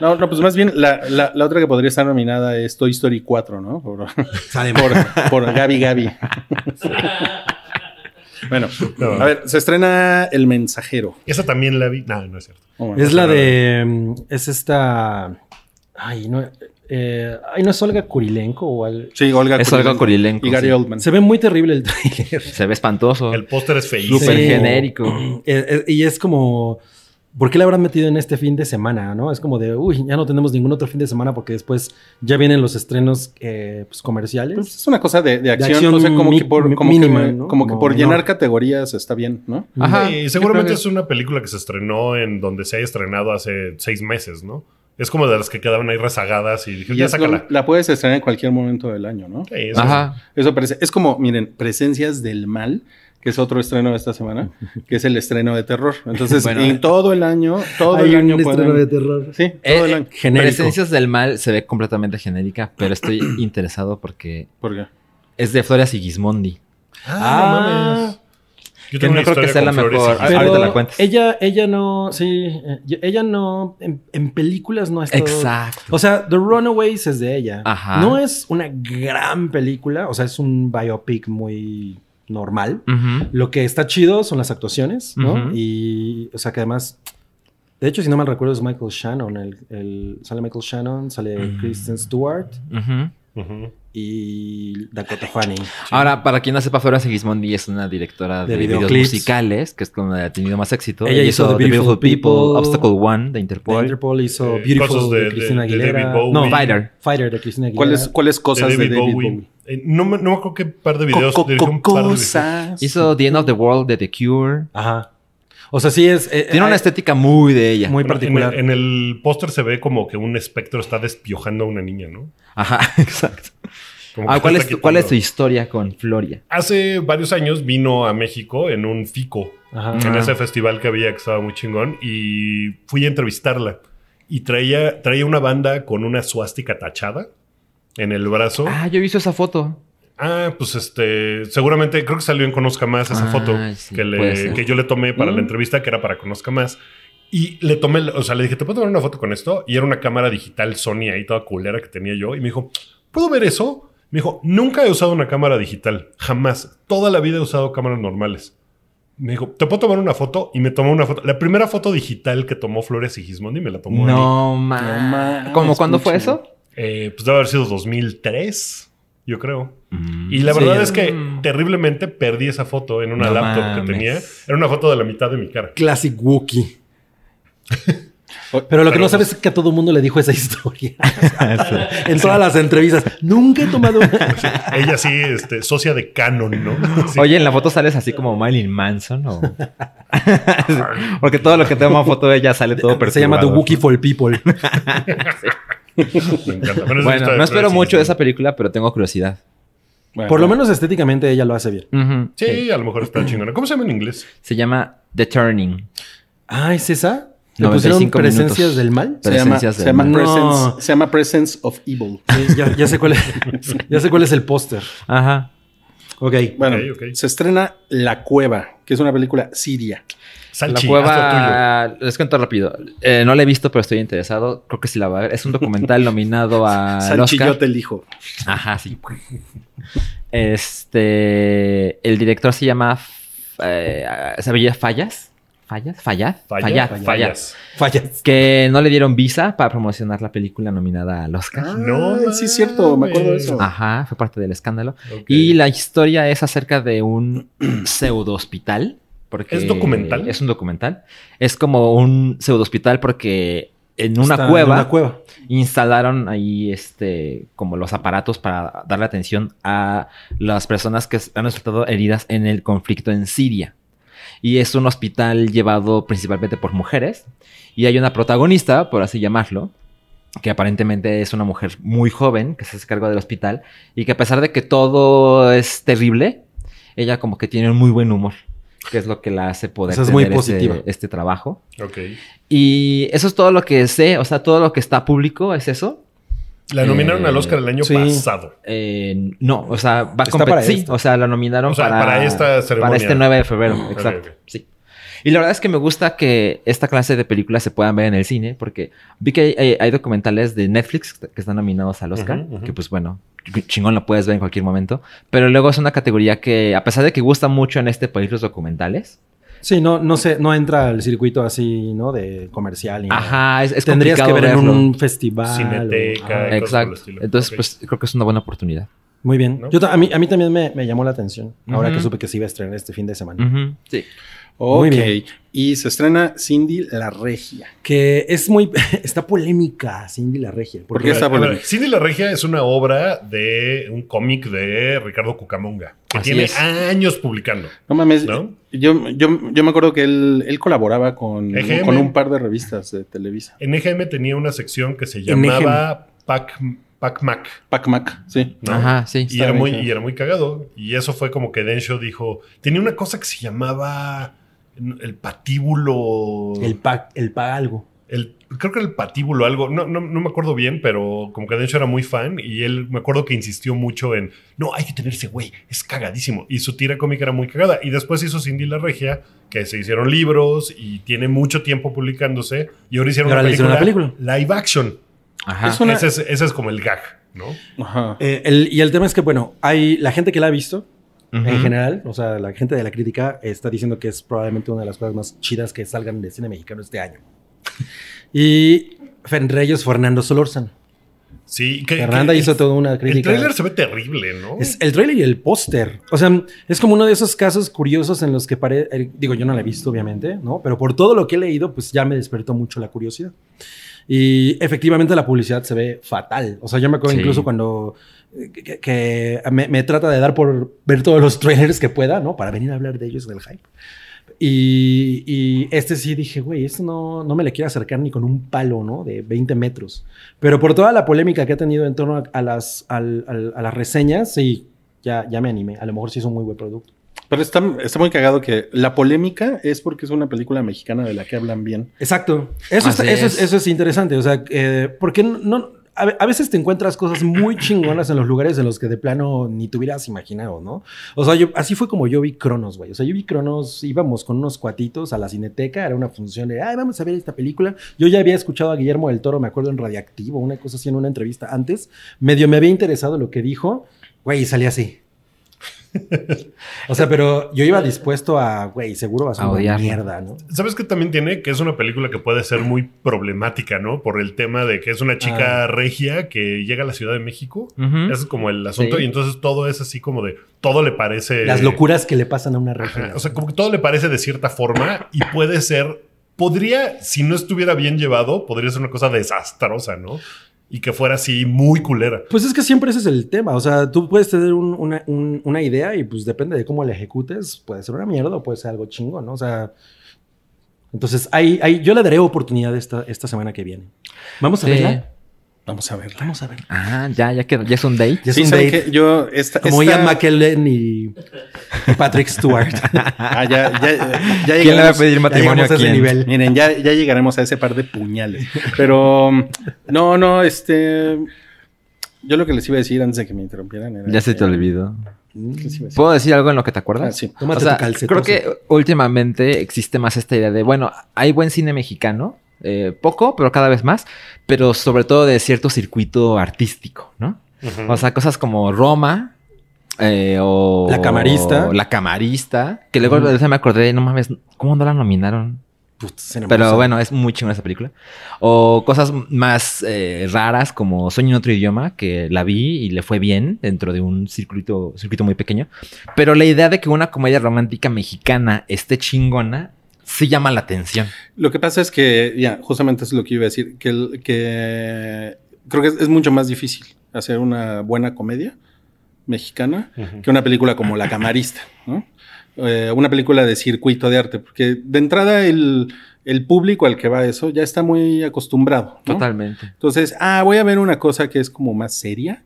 E: No, no, pues más bien la, la- la otra que podría estar nominada es Toy Story 4, ¿no? Por,
D: Sale
E: por, por Gaby Gaby. Bueno, a ver, se estrena El Mensajero.
B: Esa también la vi. No, no es cierto.
E: Oh, bueno.
D: Es la de. mm, Es esta. Ay, no. eh, ay, no es Olga Kurilenko o al-
E: Sí, Olga
C: Es Olga Kurilenko,
E: Y Gary
C: sí.
E: Oldman.
D: Se ve muy terrible el tráiler.
C: Se ve espantoso.
B: El póster es feísimo.
C: Súper
D: Sí.
C: genérico.
D: Eh, eh, y es como. ¿Por qué la habrán metido en este fin de semana? ¿No? Es como de, uy, ya no tenemos ningún otro fin de semana porque después ya vienen los estrenos eh, pues,
E: Pues
D: comerciales.
E: es una cosa de, de acción,
D: acción
E: o sea, como
D: mi-
E: que por,
D: mi-
E: como
D: mínima,
E: que,
D: ¿no?
E: como que
D: Como
E: por
D: menor.
E: llenar categorías está bien, ¿no?
C: Ajá.
B: Y seguramente
E: Yo creo
B: es una película que se estrenó en donde se ha estrenado hace seis meses, ¿no? Es como de las que quedaban ahí rezagadas y dijeron,
E: Y
B: ya
E: es lo-
B: sácala.
E: la puedes estrenar en cualquier momento del año, ¿no?
B: Sí, eso es-
C: Ajá.
E: Eso parece. Es como, miren, Presencias del Mal, que es otro estreno de esta semana, que es el estreno de terror. Entonces,
C: Bueno.
E: en todo el año, todo
D: Hay
E: el
D: un
E: año.
D: estreno
E: pueden-
D: de terror.
E: Sí, todo el
C: Eh,
E: año.
D: Genérico.
C: Presencias del mal se ve completamente genérica, pero estoy interesado porque
E: ¿Por qué?
C: es de Flores y Gismondi.
B: Ah, no mames. Yo
C: Que
B: tengo
C: no
B: una
C: creo que
B: historia
C: sea
B: con
C: la
B: Flores
C: mejor.
B: y
C: Ah,
B: Gismondi.
C: ahorita la cuentas.
D: Ella, ella no, sí, eh, ella no, en, en películas no ha estado-
C: Exacto.
D: O sea, The Runaways es de ella.
C: Ajá.
D: No es una gran película, o sea, es un biopic muy normal.
C: Ujú.
D: Lo que está chido son las actuaciones, ¿no?
C: Ujú.
D: Y, o sea, que además, de hecho, si no mal recuerdo, es Michael Shannon. El, el- sale Michael Shannon, sale
C: Mm.
D: Kristen Stewart
C: Ujú.
B: Ujú.
D: y Dakota Fanning.
C: Ahora, para quien no sepa, Flora Sigismondi es una directora
D: De
C: de, videos
D: videoclips.
C: musicales, que es con la que ha tenido más éxito.
D: Ella hizo The Beautiful People,
C: Obstacle One de Interpol.
D: De Interpol hizo
B: Eh,
D: Beautiful
B: cosas
D: de,
B: de- de-
D: Cristina
B: de
D: Aguilera.
B: David Bowie.
D: No,
C: no, Fighter.
D: Fighter de Cristina Aguilera.
E: ¿Cuáles, cuáles cosas de
B: de
E: David,
B: David Bowie.
E: Bowie?
B: Eh, no, me, no me acuerdo qué par de videos.
E: Co- co-
B: dirigió un par de videos.
E: cosas.
C: Hizo The End of the World de The Cure.
D: Ajá. O sea, sí es. eh,
C: Tiene una
D: hay-
C: estética muy de ella.
D: Muy
B: Bueno,
D: particular.
B: En el, en el póster se ve como que un espectro está despiojando a una niña, ¿no?
C: Ajá, exacto.
B: Como
C: Ah,
B: que
C: ¿cuál,
B: está
C: es tu, ¿Cuál es tu
B: quitando-
C: historia con Floria?
B: Hace varios años vino a México en un FICO,
D: Ajá.
B: en
C: Ah.
B: ese festival que había que estaba muy chingón, y fui a entrevistarla. Y traía, traía una banda con una suástica tachada en el brazo. Ah,
C: Ah, yo he visto esa foto.
B: pues este, seguramente creo que salió en Conozca Más esa
C: Ah,
B: foto
C: sí,
B: que, le-
C: puede ser.
B: que yo le tomé para
E: Mm.
B: la entrevista, que era para Conozca Más. Y le tomé, la- o sea, le dije, ¿te puedo tomar una foto con esto? Y era una cámara digital Sony ahí toda culera que tenía yo. Y me dijo, ¿puedo ver eso? Me dijo, nunca he usado una cámara digital, jamás. Toda la vida he usado cámaras normales. Me dijo, ¿te puedo tomar una foto? Y me tomó una foto. La primera foto digital que tomó Flores y Gismondi me la tomó. a mí.
C: No,
E: No
C: ma.
E: mames,
C: ¿Cómo cuándo fue
E: pinche.
C: eso?
B: Eh, pues debe haber sido 2003, yo creo. Y la verdad
D: Sí,
B: es que
C: mm.
B: terriblemente perdí esa foto en una
C: No
B: laptop que
C: mames.
B: tenía. Era una foto de la mitad de mi cara.
D: Classic Wookiee.
E: O-
D: Pero lo que
B: Pero-
D: no sabes es que a todo mundo le dijo esa historia. en todas las entrevistas. Nunca he tomado una.
B: Ella sí, este, socia de Canon, ¿no? Sí.
C: Oye, en la foto sales así como Marilyn Manson o... Porque todo lo que toma foto de ella sale todo
D: Se llama The
C: perturbador,
D: Wookiee
C: ¿no?
D: for People.
B: me encanta. Bueno, eso está
C: Bueno,
B: de
C: no espero
B: Flores y
C: mucho
B: Gismondi.
C: de esa película, pero tengo curiosidad.
E: Bueno,
D: Por lo menos estéticamente ella lo hace bien.
C: Ujú.
B: Sí, a lo mejor está chingona. ¿Cómo se llama en inglés?
C: Se llama The Turning.
D: Ah, ¿es esa? ¿Le pusieron
C: 95
D: presencias
C: minutos.
D: del mal?
E: se llama,
C: Presencias
E: se
C: del
E: llama
D: mal.
E: presence,
D: No.
E: se llama Presence of Evil.
D: Sí, Ya, ya sé cuál es, ya sé cuál es el póster.
C: Ajá.
D: Ok.
E: Bueno,
B: ok.
E: se estrena La Cueva, que es una película siria.
C: La
B: Salchi, hazlo
C: cueva, les cuento rápido. Eh, no la he visto, pero estoy interesado. Creo que sí la va a ver. Es un documental nominado a
D: Ah,
E: Sanchi, yo
C: Oscar.
E: te elijo.
C: Ajá, sí. Este, el director se llama, eh, se apellida Fallas, Fallas, Fallad,
B: tuyo. Falla,
C: Fallad, Fallad.
B: fallas.
D: Fallas.
C: Que no le dieron visa para promocionar la película nominada al Oscar.
B: No
E: Ay, sí es cierto, me acuerdo de eso.
D: Ah,
B: mames.
C: Ajá, fue parte del escándalo.
B: Ok.
C: Y la historia es acerca de un pseudo hospital. Porque
B: ¿Es documental?
C: Es un documental. Es como un pseudo hospital porque en una
D: Está en
C: cueva
D: Una cueva.
C: instalaron ahí este como los aparatos para darle atención a las personas que han resultado heridas en el conflicto en Siria. Y es un hospital llevado principalmente por mujeres. Y hay una protagonista, por así llamarlo, que aparentemente es una mujer muy joven que se hace cargo del hospital y que a pesar de que todo es terrible, ella como que tiene un muy buen humor, que es lo que la hace poder
D: O sea, es muy
C: tener este-
D: positiva.
C: este trabajo.
B: Ok.
C: Y eso es todo lo que sé, o sea, todo lo que está público es eso.
B: La nominaron
C: Eh,
B: al Oscar el año
D: sí.
B: pasado.
C: Eh, no, o sea, va a
D: Está
C: competir.
D: para
C: Sí,
D: esta.
C: o sea, la nominaron
B: O sea,
C: para,
B: para esta ceremonia.
C: para este 9 de febrero, exacto.
B: ok.
C: Sí. Y la verdad es que me gusta que esta clase de películas se puedan ver en el cine, porque vi que hay, hay- hay documentales de Netflix que están nominados al Oscar,
B: Ujú, ujú.
C: que pues bueno, chingón lo puedes ver en cualquier momento, pero luego es una categoría que, a pesar de que gusta mucho en este país los documentales,
D: Sí, no, no sé, no entra al circuito así, ¿no? De comercial. ni nada.
C: ajá, es, es
D: Tendrías que
C: complicado
D: ver en
C: verlo.
D: un festival.
B: Cineteca,
D: o- Ah,
B: cosas por el
C: Exacto.
B: estilo.
C: Entonces,
B: Ok.
C: pues creo que es una buena oportunidad.
D: Muy bien.
B: ¿No?
D: Yo ta- a, mí, a mí también me, me llamó la atención. Ahora
C: Ujú.
D: que supe que se iba a estrenar este fin de semana.
C: Ujú, Sí.
E: Ok.
D: Muy bien.
E: Y se estrena Cindy la Regia.
D: Que es muy. está polémica, Cindy la Regia.
E: ¿Por
D: Porque
E: qué está
B: A ver,
E: polémica?
B: Cindy la Regia es una obra de un cómic de Ricardo Cucamonga, que
C: Así
B: tiene
C: es.
B: años publicando.
E: No mames.
B: ¿No?
E: Yo, yo, yo me acuerdo que él, él colaboraba con,
B: EGM.
E: con un par de revistas de Televisa.
B: En EGM tenía una sección que se
D: En EGM.
B: llamaba Pac, Pac Mac.
E: Pac Mac, sí.
B: ¿no?
C: Ajá, sí.
B: Y era,
E: bien,
B: muy,
E: sí.
B: y era muy cagado. Y eso fue como que Densho dijo. Tenía una cosa que se llamaba el patíbulo.
D: el pack, el pack algo.
B: el- creo que era el patíbulo, algo. No, no, no me acuerdo bien, pero como que Densho era muy fan. Y él me acuerdo que insistió mucho en. No, hay que tener ese güey. Es cagadísimo. Y su tira cómica era muy cagada. Y después hizo Cindy la Regia, que se hicieron libros y tiene mucho tiempo publicándose. Y ahora hicieron,
D: Y ahora
B: una,
D: le hicieron
B: película,
D: una
B: live action.
C: Ajá.
E: Es una-
B: Ese, es, ese es como el gag, ¿no?
E: Ajá.
D: Eh, el- y el tema es que, bueno, hay la gente que la ha visto en
C: Ujú.
D: general, o sea, la gente de la crítica está diciendo que es probablemente una de las cosas más chidas que salgan de cine mexicano este año. y Fenreyes Fernando Solórzano.
B: Sí, que.
D: Fernanda
B: que-
D: hizo toda una
B: El
D: crítica.
B: tráiler se ve terrible, ¿no?
D: Es el trailer y el póster. O sea, es como uno de esos casos curiosos en los que parece. Digo, yo no la he visto, obviamente, ¿no? Pero por todo lo que he leído, pues ya me despertó mucho la curiosidad. Y efectivamente la publicidad se ve fatal. O sea, yo me acuerdo
C: Sí.
D: incluso cuando. eh, que, que me, me trata de dar por ver todos los trailers que pueda, ¿no? Para venir a hablar de ellos del hype. Y, y este sí dije, güey, esto no, no me le quiero acercar ni con un palo, ¿no? De 20 metros. Pero por toda la polémica que ha tenido en torno a, a las, al- al- a las reseñas, sí, ya, ya me animé. A lo mejor sí es un muy buen producto.
E: Pero está, está muy cagado que la polémica es porque es una película mexicana de la que hablan bien.
D: Exacto. Eso, está-
C: Así
D: eso, es.
C: es.
D: eso es interesante. O sea, eh, porque no- no, a, ve- a veces te encuentras cosas muy chingonas en los lugares en los que de plano ni te hubieras imaginado, ¿no? O sea, yo, así fue como yo vi Cronos, güey. O sea, yo vi Cronos, íbamos con unos cuatitos a la cineteca, era una función de, ay, vamos a ver esta película. Yo ya había escuchado a Guillermo del Toro, me acuerdo en Radiactivo, una cosa así en una entrevista antes. Medio me había interesado lo que dijo, güey, y salí así. o sea, pero yo iba dispuesto a, güey, seguro vas a
C: A
D: una
C: odiarlo.
D: mierda, ¿no?
B: ¿Sabes qué también tiene? Que es una película que puede ser muy problemática, ¿no? Por el tema de que es una chica regia que llega a la Ciudad de México.
C: Ujú.
B: Ese es como el asunto.
C: Sí.
B: Y entonces todo es así como de... Todo le parece...
D: Las locuras que le pasan a una
B: Eh, Ajá,
D: regia.
B: O sea, como que todo le parece de cierta forma y puede ser... Podría, si no estuviera bien llevado, podría ser una cosa desastrosa, ¿no? Y que fuera así muy culera.
D: Pues es que siempre ese es el tema. O sea, tú puedes tener un- una, un- una idea y pues depende de cómo la ejecutes, puede ser una mierda o puede ser algo chingo, ¿no? O sea, entonces ahí, ahí yo le daré oportunidad esta, esta semana que viene. Vamos a
C: Sí.
D: verla.
E: Vamos a verla.
D: Vamos a verla.
C: Ah, ya, ya quedó. Ya es un date.
D: Ya es
E: Sí,
D: un
E: ¿saben
D: date.
E: qué? Yo esta,
D: Como
E: esta-
D: Ian McKellen y, y Patrick Stewart.
E: Ah, ya, ya,
C: ¿Quién le
E: ya
C: va a
E: llegaremos-
C: pedir matrimonio
D: llegamos
C: a
D: a ese
C: quién?
D: nivel.
E: Miren, ya, ya llegaremos a ese par de puñales. Pero um, no, no, este. Yo lo que les iba a decir antes de que me interrumpieran era.
C: Ya se te
E: eh,
C: olvidó.
E: ¿qué les iba a decir?
C: ¿Puedo decir algo en lo que te acuerdas?
E: Ah, sí.
D: Tómate
C: O sea,
D: tu
C: creo
D: calcetón.
C: que últimamente existe más esta idea de, bueno, hay buen cine mexicano, eh, poco, pero cada vez más, pero sobre todo de cierto circuito artístico, ¿no?
B: Ujú.
C: O sea, cosas como Roma. eh, o
D: La Camarista.
C: La camarista. Que luego
D: Ujú.
C: o sea, me acordé, no mames, ¿cómo no la nominaron?
D: Puta, se me
C: Pero
D: pasó.
C: bueno, es muy chingona esa película. O cosas más eh, raras como Sueño en otro idioma, que la vi y le fue bien dentro de un circuito, circuito muy pequeño. Pero la idea de que una comedia romántica mexicana esté chingona sí llama la atención.
E: Lo que pasa es que, ya, justamente es lo que iba a decir, que, el- que creo que es, es mucho más difícil hacer una buena comedia mexicana
B: Ujú.
E: que una película como La Camarista, ¿no? Eh, una película de circuito de arte, porque de entrada el, el público al que va eso ya está muy acostumbrado. ¿no?
C: Totalmente.
E: Entonces, ah, voy a ver una cosa que es como más seria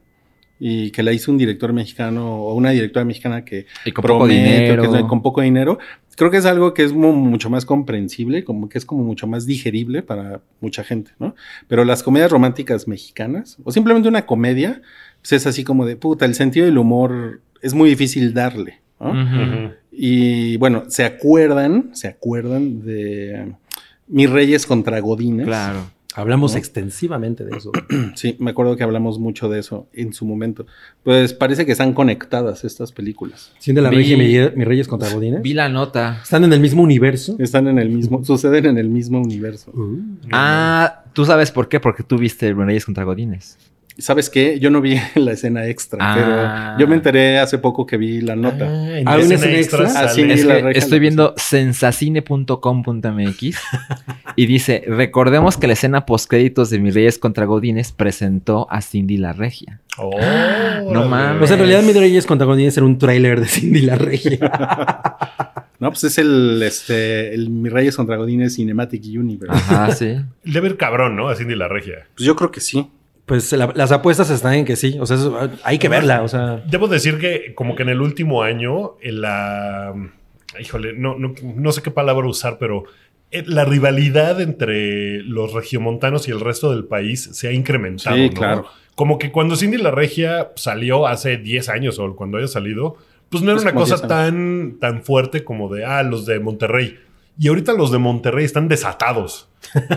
E: y que la hizo un director mexicano o una directora mexicana que
C: Y con poco dinero.
E: que es- con poco dinero. Creo que es algo que es mu- mucho más comprensible, como que es como mucho más digerible para mucha gente, ¿no? Pero las comedias románticas mexicanas, o simplemente una comedia, pues es así como de puta, el sentido del humor es muy difícil darle, ¿no?
C: Mm. Ujú.
E: Y bueno, se acuerdan, se acuerdan de Mis Reyes contra Godines.
C: Claro.
D: Hablamos
E: ¿No?
D: extensivamente de eso.
E: Sí, me acuerdo que hablamos mucho de eso en su momento. Pues parece que están conectadas estas películas.
D: Siente la
C: Vi-
D: Regia y mi- mis reyes contra Godines.
C: Vi la nota.
D: Están en el mismo universo.
E: Están en el mismo, suceden en el mismo universo.
D: Uh.
C: Ah, tú sabes por qué, porque tú viste Reyes contra Godines.
E: ¿Sabes qué? Yo no vi la escena extra,
C: Ah.
E: pero yo me enteré hace poco que vi la nota.
D: Ah,
B: Ah,
D: ¿hay una
B: una
D: escena extra?
B: extra
E: Ah, sí,
B: sale.
E: Y
C: Es
E: la
C: que
E: reja
C: estoy
E: la
C: viendo sensacine.com.mx y dice, recordemos que la escena postcréditos de Mis Reyes contra Godines presentó a Cindy la Regia.
B: Oh,
C: No
B: órale.
C: mames.
D: O sea, Pues, en realidad mis reyes contra Godines era un tráiler de Cindy la Regia.
E: No, pues es el, este, el Mi Reyes contra Godines Cinematic Universe.
B: Ah.
C: Ajá, sí.
B: Debe ir cabrón, ¿no? A Cindy la regia.
E: Pues yo creo que sí.
D: pues la- las apuestas están en que sí. O sea, eso- hay que verla. O sea,
B: Debo decir que como que en el último año, en la... Híjole, no, no, no sé qué palabra usar, pero eh, la rivalidad entre los regiomontanos y el resto del país se ha incrementado.
E: Sí,
B: ¿no?
E: claro.
B: Como que cuando Cindy la Regia salió hace 10 años o cuando haya salido, pues no era
E: Es
B: una
E: como
B: cosa
E: 10
B: tan, tan fuerte como de, ah, los de Monterrey. Y ahorita los de Monterrey están desatados.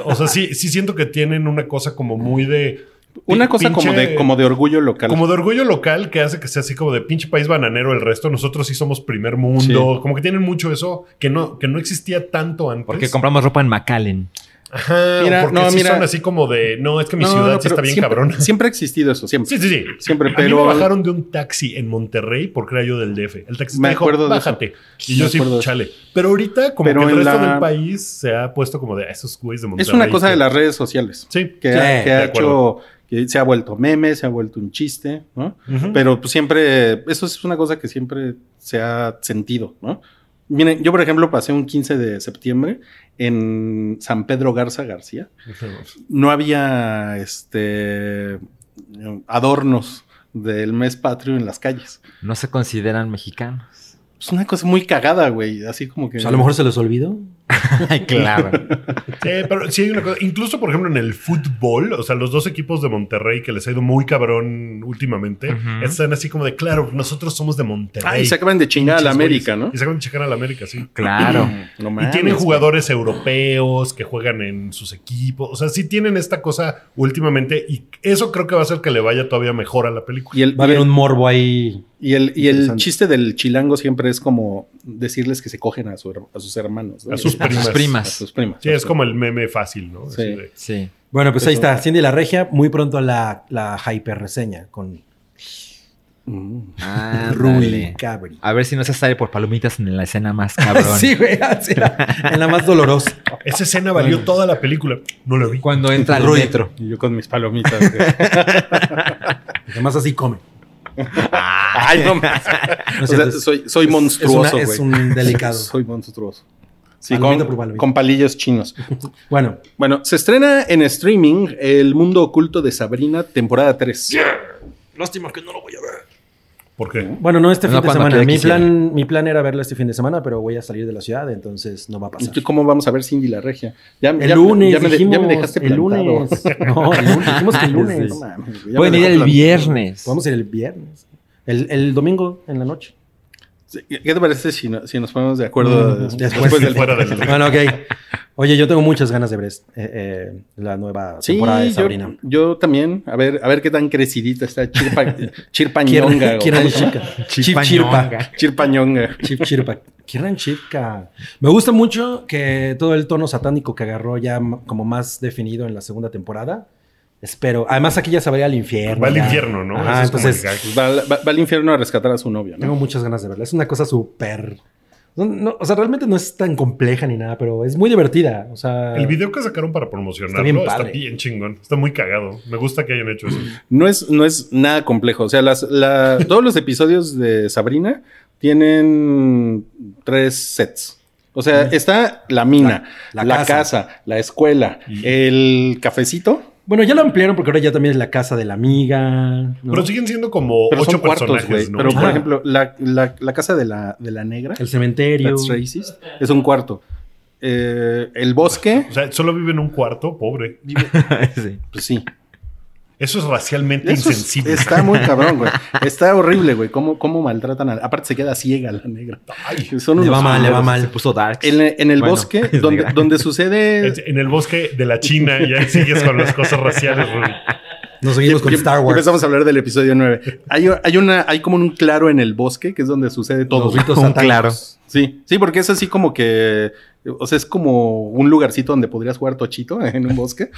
B: O sea, sí, sí siento que tienen una cosa como muy de...
E: Una cosa como
B: pinche-
E: de, como de orgullo local.
B: como de orgullo local que hace que sea así como de pinche país bananero el resto. Nosotros sí somos primer mundo. Como que tienen mucho eso que no, que no existía tanto antes.
C: Porque compramos ropa en McAllen.
B: Ajá,
E: Mira,
B: porque
E: no,
B: sí
E: mira.
B: son así como de, no, es que mi
E: No,
B: ciudad
E: no,
B: sí
E: pero
B: está bien
E: siempre-
B: cabrona.
E: Siempre ha existido eso, siempre.
B: Sí, sí, sí. A
E: Siempre,
B: mí
E: pero-
B: me bajaron de un taxi en Monterrey porque era yo del DF. El taxista
E: Me
B: dijo,
E: acuerdo de eso.
B: bájate. Y yo
E: Me
B: sí,
E: acuerdo de eso.
B: chale. Pero ahorita como
E: Pero
B: que el
E: en
B: resto
E: la-
B: del país se ha puesto como de "Ah, esos güeyes de Monterrey.
E: Es una cosa
B: que-".
E: de las redes sociales.
B: Sí.
E: que,
D: Sí,
E: ha, que
B: de
E: ha
B: acuerdo.
E: hecho, que se ha vuelto meme, se ha vuelto un chiste, ¿no?
B: Ujú.
E: Pero pues, siempre, eso es una cosa que siempre se ha sentido, ¿no? Miren, yo por ejemplo pasé un 15 de septiembre en San Pedro Garza García. No había este adornos del mes patrio en las calles.
C: No se consideran mexicanos.
E: Es una cosa muy cagada, güey. Así como que...
D: pues, a lo mejor se los olvidó.
C: Ay, claro.
B: Sí, Eh, pero sí hay una cosa. Incluso, por ejemplo, en el fútbol, o sea, los dos equipos de Monterrey que les ha ido muy cabrón últimamente,
C: Ujú.
B: están así como de, claro, nosotros somos de Monterrey.
E: Ah, y se acaban de chingar a la
B: Pinches
E: América,
B: güeyes.
E: ¿no? Mm,
B: Y se acaban de checar a la América, sí.
C: Claro.
E: No
B: Y
E: mames,
B: tienen
E: güey.
B: jugadores europeos que juegan en sus equipos. O sea, sí tienen esta cosa últimamente y eso creo que va a hacer que le vaya todavía mejor a la película.
E: Y el,
D: Va a
E: y
D: haber
E: el-
D: un morbo ahí.
E: Y el, y el
D: Interesante.
E: chiste del chilango siempre es como decirles que se cogen a, su her- a sus hermanos. ¿no?
B: A sus
C: A sus
E: A
C: primas.
E: sus primas.
B: Sí, es como el meme fácil, ¿no?
E: Sí.
B: Así de-
C: Sí.
D: Bueno, pues ahí
E: Eso.
D: está. Cindy la Regia. Muy pronto la, la hyper reseña con
E: Mm.
C: Ah,
D: Rui Cabri.
C: A ver si no se sale por palomitas en la escena más cabrón.
D: sí, güey. así era. en la más dolorosa.
B: Esa escena valió toda la película. No la vi.
C: Cuando entra al
D: Rui.
C: metro.
E: Y yo con mis palomitas. güey.
D: Además, así come.
E: Ay, no más.
D: No
E: O
D: es
E: sea,
D: cierto, es-
E: soy, soy
D: es-
E: monstruoso,
D: Es,
E: güey.
D: una- es un delicado.
E: Soy monstruoso. Sí,
D: Palomita
E: con,
D: por palomita.
E: con palillos chinos.
D: Bueno,
E: Bueno, se estrena en streaming El Mundo Oculto de Sabrina, temporada 3.
B: ¿Por qué?
D: bueno, no este
C: No,
D: fin de
C: cuando
D: semana.
C: quiera
D: Mi
C: quisiera.
D: plan, mi plan era verlo este fin de semana, pero voy a salir de la ciudad, entonces no va a
E: ¿Y
D: pasar.
E: tú ¿Cómo vamos a ver Cindy la Regia? Ya,
D: El
E: ya-
D: lunes,
E: ya me, de- ya me
D: dijimos,
E: dejaste
D: el
E: plantado.
D: lunes. No, el lunes, dijimos que el lunes.
E: No mames, güey, ya
C: Pueden
E: me
C: ir
E: dejó
C: el
E: plantado.
C: viernes.
D: Vamos a ir el viernes. El, el domingo en la noche.
E: Sí, ¿Qué te parece si, no- si nos ponemos de acuerdo
D: Mm,
E: des-
D: después.
E: después,
B: Del
E: del
B: fuera del-
D: Bueno, ok. Oye, yo tengo muchas ganas de ver es- eh, eh, la nueva
E: Sí,
D: temporada de
E: yo,
D: Sabrina.
E: yo también. A ver, a ver qué tan crecidita está Chirpa, Chirpañonga.
D: Kieran
E: o-
D: Kieran Chipka. Chip Chirpa.
E: Chirpañonga.
D: Chip Chirpa. Kieran Chipka. Me gusta mucho que todo el tono satánico que agarró ya m- como más definido en la segunda temporada. Espero. Además, aquí ya se va a ir al infierno.
B: Va al
D: ya.
B: infierno, ¿no? Eso
D: Ajá,
B: es como
D: entonces,
B: el gag.
E: Pues va, al- va- va al infierno a rescatar a su novio,
D: Tengo
E: ¿no?
D: muchas ganas de verla. Es una cosa súper. no- no, o sea, realmente no es tan compleja ni nada, pero es muy divertida. O sea,
B: El video que sacaron para promocionarlo
D: Está bien
B: está
D: padre.
B: bien chingón. Está muy cagado. Me gusta que hayan hecho eso.
E: No es, no es nada complejo. O sea, las, la- todos los episodios de Sabrina tienen tres sets. O sea, está la mina,
D: Mm. La- Mm.
E: la,
D: la
E: casa. la escuela,
B: Y-
E: el cafecito
D: Bueno, ya lo ampliaron porque ahora ya también es la casa de la amiga. ¿no?
B: Pero siguen siendo como
E: Pero
B: ocho
E: son cuartos, güey.
B: personajes, ¿no?
E: Pero, por
D: Ah.
E: ejemplo, la, la- la casa de la, de la negra,
D: El cementerio.
E: that's racist, es un cuarto. Eh, el bosque,
B: O sea, solo vive en un cuarto, pobre.
C: sí.
E: pues sí.
B: Eso es racialmente
E: Eso es-
B: insensible.
E: está muy cabrón, güey. Está horrible, güey. ¿Cómo, cómo maltratan a la... Aparte se queda ciega la negra.
B: Ay.
E: Son
D: Le va
E: unos
D: mal, le va
E: culeros.
D: mal.
C: Se puso dark.
E: En, en el
C: Bueno,
E: bosque,
C: es
E: donde,
C: negra.
E: donde sucede...
B: Es En el bosque de la China y ahí sigues con las cosas raciales, Rubí.
D: Nos seguimos con
E: Em-
D: Star Wars.
E: Empezamos a hablar del episodio 9. Hay, hay, una, hay como un claro en el bosque, que es donde sucede todo.
D: Los ritos
E: Un
D: satánicos.
E: Sí, sí, porque es así como que, o sea, es como un lugarcito donde podrías jugar tochito en un bosque.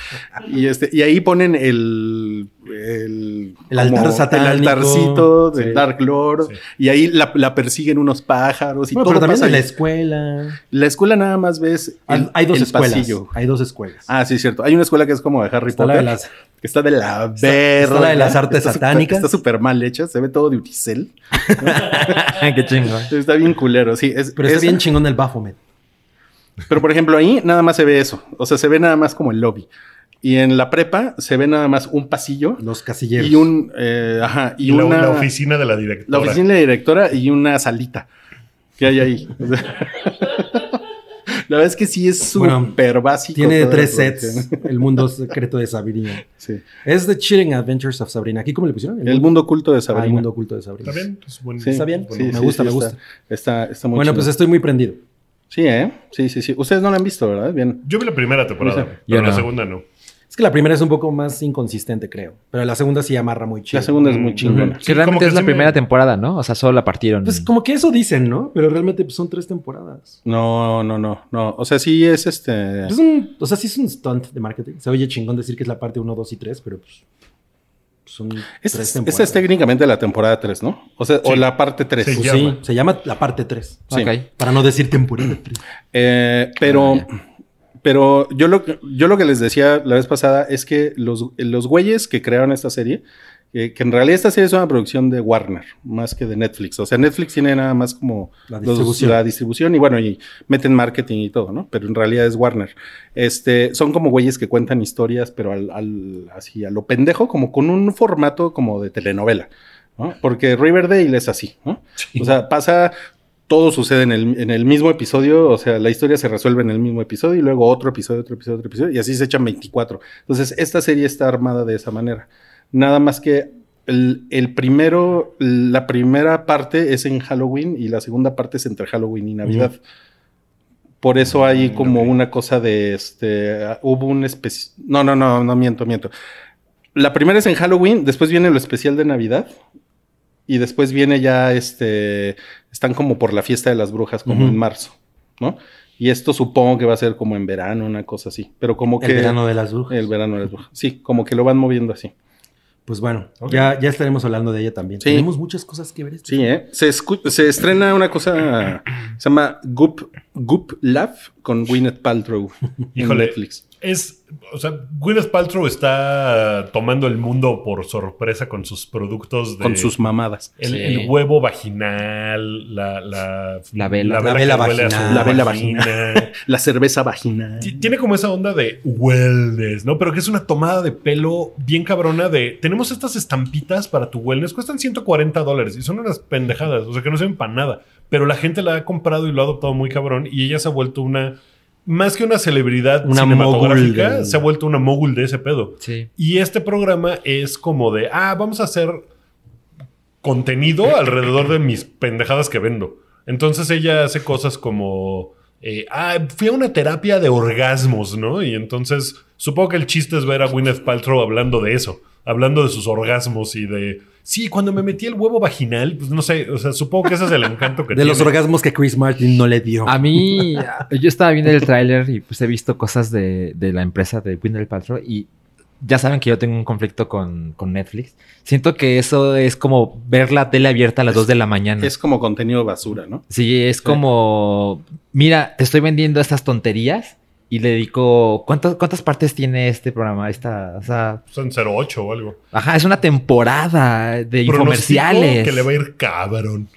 E: Y este, y ahí ponen el el,
D: El altar
E: como
D: satánico.
E: el altarcito del
D: Sí.
E: Dark Lord.
B: Sí.
E: Y ahí la, la persiguen unos pájaros y
D: Bueno,
E: todo.
D: pero también
E: pasa
D: en la
E: ahí.
D: escuela.
E: La escuela nada más ves. el-
D: hay dos
E: el
D: escuelas.
E: pasillo.
D: Hay dos escuelas.
E: Ah, sí, es cierto. Hay una escuela que es como de Harry
D: Está la
E: Potter.
D: de las-
E: Que está de la
D: Está-
E: verga.
D: está la de las artes
E: Está súper-
D: satánicas.
E: Está súper mal hecha. Se ve todo de unicel.
C: Qué chingón.
E: Está bien culero, sí. Es,
D: Pero está
E: es-
D: bien chingón el Baphomet.
E: Pero por ejemplo, ahí nada más se ve eso. O sea, se ve nada más como el lobby. Y en la prepa se ve nada más un pasillo
D: Los casilleros.
E: y un. eh, ajá, y,
B: Y la,
E: una.
B: la oficina de la directora.
E: la oficina de la directora y una salita que hay ahí. O sea, la verdad es que sí es
D: Bueno,
E: súper básico.
D: Tiene
E: toda la
D: tres
E: producción.
D: sets. El mundo secreto de Sabrina.
E: Sí.
D: Es The Chilling Adventures of Sabrina. ¿Aquí cómo le pusieron?
E: El mundo oculto de Sabrina.
D: Ah, el mundo oculto de Sabrina.
B: ¿Está bien? Es buen-
E: Sí,
D: Está bien.
E: sí,
D: me
E: sí,
D: gusta,
E: sí,
D: me gusta.
E: está- Está, está muy
D: bueno,
E: chido.
D: pues estoy muy prendido.
E: Sí, ¿eh? Sí, sí, sí. Ustedes no la han visto, ¿verdad? Bien.
B: Yo vi la primera temporada, pero
C: Yo
B: la
C: no.
B: segunda no.
D: Es que la primera es un poco más inconsistente, creo. Pero la segunda sí amarra muy chido.
E: La segunda es muy
B: Mm,
E: chingona.
B: Sí,
C: Que
B: como
C: realmente
B: que
C: es la
B: sí me-
C: primera temporada, ¿no? O sea, solo la partieron.
D: Pues como que eso dicen, ¿no? Pero realmente pues, son tres temporadas.
E: No, no, no, no. O sea, sí es este.
D: Es un, o sea, sí es un stunt de marketing. Se oye chingón decir que es la parte 1, 2 y 3, pero pues son
E: Esta es,
D: tres
E: este
D: temporadas.
E: esta es técnicamente la temporada 3, ¿no? O sea, o
B: Sí.
E: la parte 3.
B: Sí.
D: Pues
B: llama.
D: sí, se llama la parte 3.
E: sí.
C: Ok.
D: Para no decir temporada 3.
E: Eh, pero,
C: Ah,
E: pero yo lo, que- yo lo que les decía la vez pasada es que los, los güeyes que crearon esta serie, eh, que en realidad esta serie es una producción de Warner, más que de Netflix. O sea, Netflix tiene nada más como
D: La
E: los-
D: distribución.
E: la distribución y bueno, y meten marketing y todo, ¿no? Pero en realidad es Warner. Este, son como güeyes que cuentan historias, pero al, al- así, a lo pendejo, como con un formato como de telenovela. ¿no? Porque Riverdale es así, ¿no? O sea, pasa, todo sucede en el, en el mismo episodio, o sea, la historia se resuelve en el mismo episodio y luego otro episodio, otro episodio, otro episodio, y así se echan 24. Entonces, esta serie está armada de esa manera. Nada más que el, el primero, la primera parte es en Halloween y la segunda parte es entre Halloween y Navidad. Por eso hay como una cosa de este. ah, Hubo un especial. No, no, no, no miento, miento. La primera es en Halloween, después viene lo especial de Navidad. Y después viene ya este. Están como por la fiesta de las brujas, como
D: Ujú.
E: en marzo, ¿no? Y esto supongo que va a ser como en verano, una cosa así. Pero como que.
D: El verano de las brujas.
E: El verano de las brujas. Sí, como que lo van moviendo así.
D: Pues bueno,
B: Ok.
D: ya, ya estaremos hablando de ella también.
E: Sí.
D: Tenemos muchas cosas que ver. este
E: Sí, ¿eh? Se, escu- se estrena una cosa. Se llama Goop, Goop Lab con Gwyneth Paltrow. en
B: Híjole.
E: Netflix.
B: Es, o sea, Gwyneth Paltrow está tomando el mundo por sorpresa con sus productos de...
E: Con sus mamadas.
B: El,
C: Sí.
B: el huevo vaginal, la, la,
C: La vela.
D: La vela
B: que huele a su
D: vaginal.
E: La vela La cerveza vaginal.
B: Ti- Tiene como esa onda de wellness, ¿no? Pero que es una tomada de pelo bien cabrona de tenemos estas estampitas para tu wellness, cuestan 140 dólares y son unas pendejadas, o sea que no sirven para nada. Pero la gente la ha comprado y lo ha adoptado muy cabrón y ella se ha vuelto una, más que una celebridad
D: Una
B: cinematográfica,
D: mogul de-
B: se ha vuelto una mogul de ese pedo.
C: Sí.
B: Y este programa es como de, ah, vamos a hacer contenido alrededor de mis pendejadas que vendo. Entonces ella hace cosas como, eh, ah, fui a una terapia de orgasmos, ¿no? Y entonces supongo que el chiste es ver a Gwyneth Paltrow hablando de eso, hablando de sus orgasmos y de, sí, cuando me metí el huevo vaginal, pues no sé, o sea, supongo que ese es el encanto que
D: De los
B: tiene.
D: orgasmos que Chris Martin no le dio.
C: A mí, yo estaba viendo el tráiler y pues he visto cosas de, de la empresa de Winner Paltrow y ya saben que yo tengo un conflicto con, con Netflix. Siento que eso es como ver la tele abierta a las
E: Es-
C: 2 de la mañana.
E: Es como contenido basura, ¿no?
C: sí, es como, mira, te estoy vendiendo estas tonterías y le dedico, ¿cuántas, cuántas partes tiene este programa? Esta, o sea,
B: Son 08 o algo.
C: ajá, es una temporada de
B: Pronostico
C: infomerciales.
B: Que le va a ir cabrón.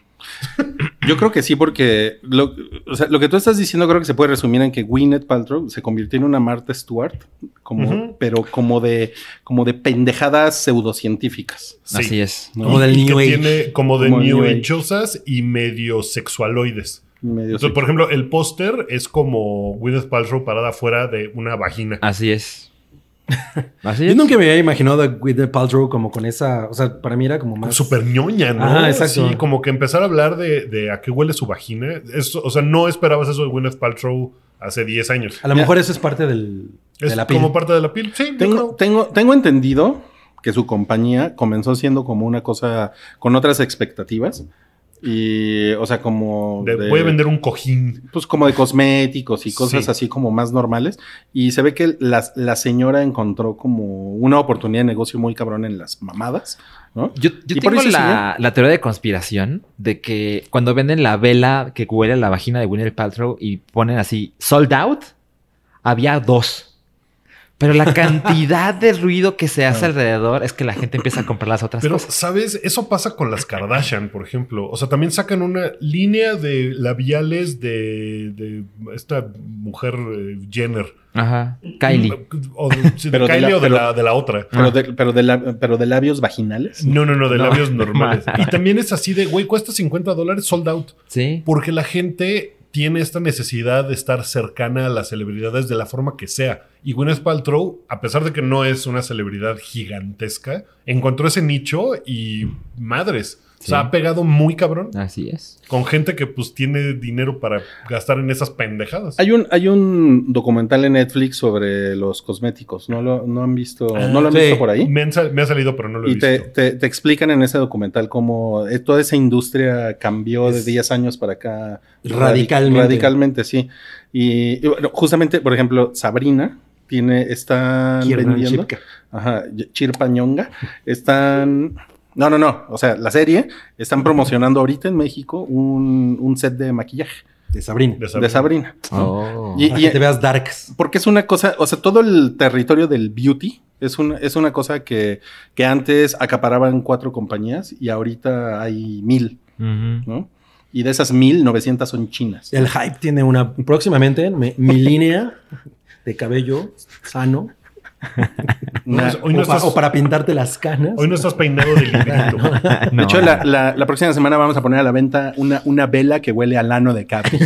E: Yo creo que sí, porque lo, o sea, lo que tú estás diciendo creo que se puede resumir en que Gwyneth Paltrow se convirtió en una Martha Stewart, como,
B: Ujú.
E: pero como de, como de pendejadas pseudocientíficas.
B: Sí.
C: Así es.
E: ¿no?
D: Como del
B: Y que
D: New Age.
B: tiene como de
E: Como
B: new
E: New Age.
B: ageosas y medio sexualoides.
E: Medio
B: Entonces, por ejemplo, el póster es como Gwyneth Paltrow parada fuera de una vagina.
C: Así es. Así
D: Yo
C: es.
D: nunca me había imaginado a Gwyneth Paltrow como con esa... O sea, para mí era como más...
B: Súper ñoña, ¿no?
D: Ajá, exacto.
B: Sí, como que empezar a hablar de, de a qué huele su vagina. Es- o sea, no esperabas eso de Gwyneth Paltrow hace 10 años.
D: A lo
E: Mira.
D: mejor eso es parte del,
B: Es
D: de la
B: como
D: piel.
B: parte de la piel. Sí, yo
E: Tengo,
B: creo.
E: tengo, tengo entendido que su compañía comenzó siendo como una cosa con otras expectativas. Y, o sea, como.
B: De-
E: de-
B: voy a vender un cojín.
E: Pues como de cosméticos y cosas
B: Sí.
E: así como más normales. Y se ve que la, la señora encontró como una oportunidad de negocio muy cabrón en las mamadas, ¿no?
C: Yo, yo
E: ¿Y por
C: tengo
E: eso,
C: la, la teoría de conspiración de que cuando venden la vela que huele a la vagina de Winner Paltrow y ponen así sold out, había dos. Pero la cantidad de ruido que se
E: Ah.
C: hace alrededor es que la gente empieza a comprar las otras
B: Pero,
C: cosas.
B: ¿sabes? Eso pasa con las Kardashian, por ejemplo. O sea, también sacan una línea de labiales de, de esta mujer eh, Jenner.
C: Ajá.
E: Mm.
C: Kylie.
B: O de, sí, de
E: Pero de
B: Kylie
E: la-
B: o de
E: pero-
B: la, de la otra.
E: Pero de, pero, de la- pero de labios vaginales.
B: No, no, no, de
C: No.
B: labios normales. Y también es así de, güey, cuesta 50 dólares sold out.
C: Sí.
B: Porque la gente tiene esta necesidad de estar cercana a las celebridades de la forma que sea. Y Gwyneth Paltrow, a pesar de que no es una celebridad gigantesca, encontró ese nicho y madres. O sea,
C: Sí.
B: ha pegado muy cabrón
C: Así es.
B: con gente que pues tiene dinero para gastar en esas pendejadas.
E: Hay un, hay un documental en Netflix sobre los cosméticos. ¿No lo, no han visto? ¿No lo han
D: sí.
E: visto por ahí?
B: Ah, Me, han sal- me ha salido, pero no lo he
E: Y
B: visto.
E: te, te- te explican en ese documental cómo eh, toda esa industria cambió de
D: Es-
E: 10 años para acá. Radi-
D: Radicalmente.
E: radicalmente, sí. Y, y bueno, justamente, por ejemplo, Sabrina tiene, están
D: Kiernan
E: vendiendo.
D: Shipka.
E: Ajá, y- Chirpañonga. Están. No, no, no. O sea, la serie están promocionando ahorita en México un, un set de maquillaje
D: De Sabrina.
B: De
E: de Sabrina.
C: Oh.
E: Y-
D: Para que te veas darks.
E: Porque es una cosa, o sea, todo el territorio del beauty es una, es una cosa que, que antes acaparaban cuatro compañías y ahorita hay mil,
C: Ujú.
E: ¿no? Y de esas mil, 900 son chinas.
D: El hype tiene una... Próximamente, me- mi línea de cabello sano.
B: No,
E: Una-
B: es- hoy, no
D: o, pa-
B: estás,
D: o para pintarte las canas.
B: hoy no estás peinado de librito.
E: de
C: No,
E: hecho,
C: no.
E: la, la- la próxima semana vamos a poner a la venta una, una vela que huele al ano de Capi.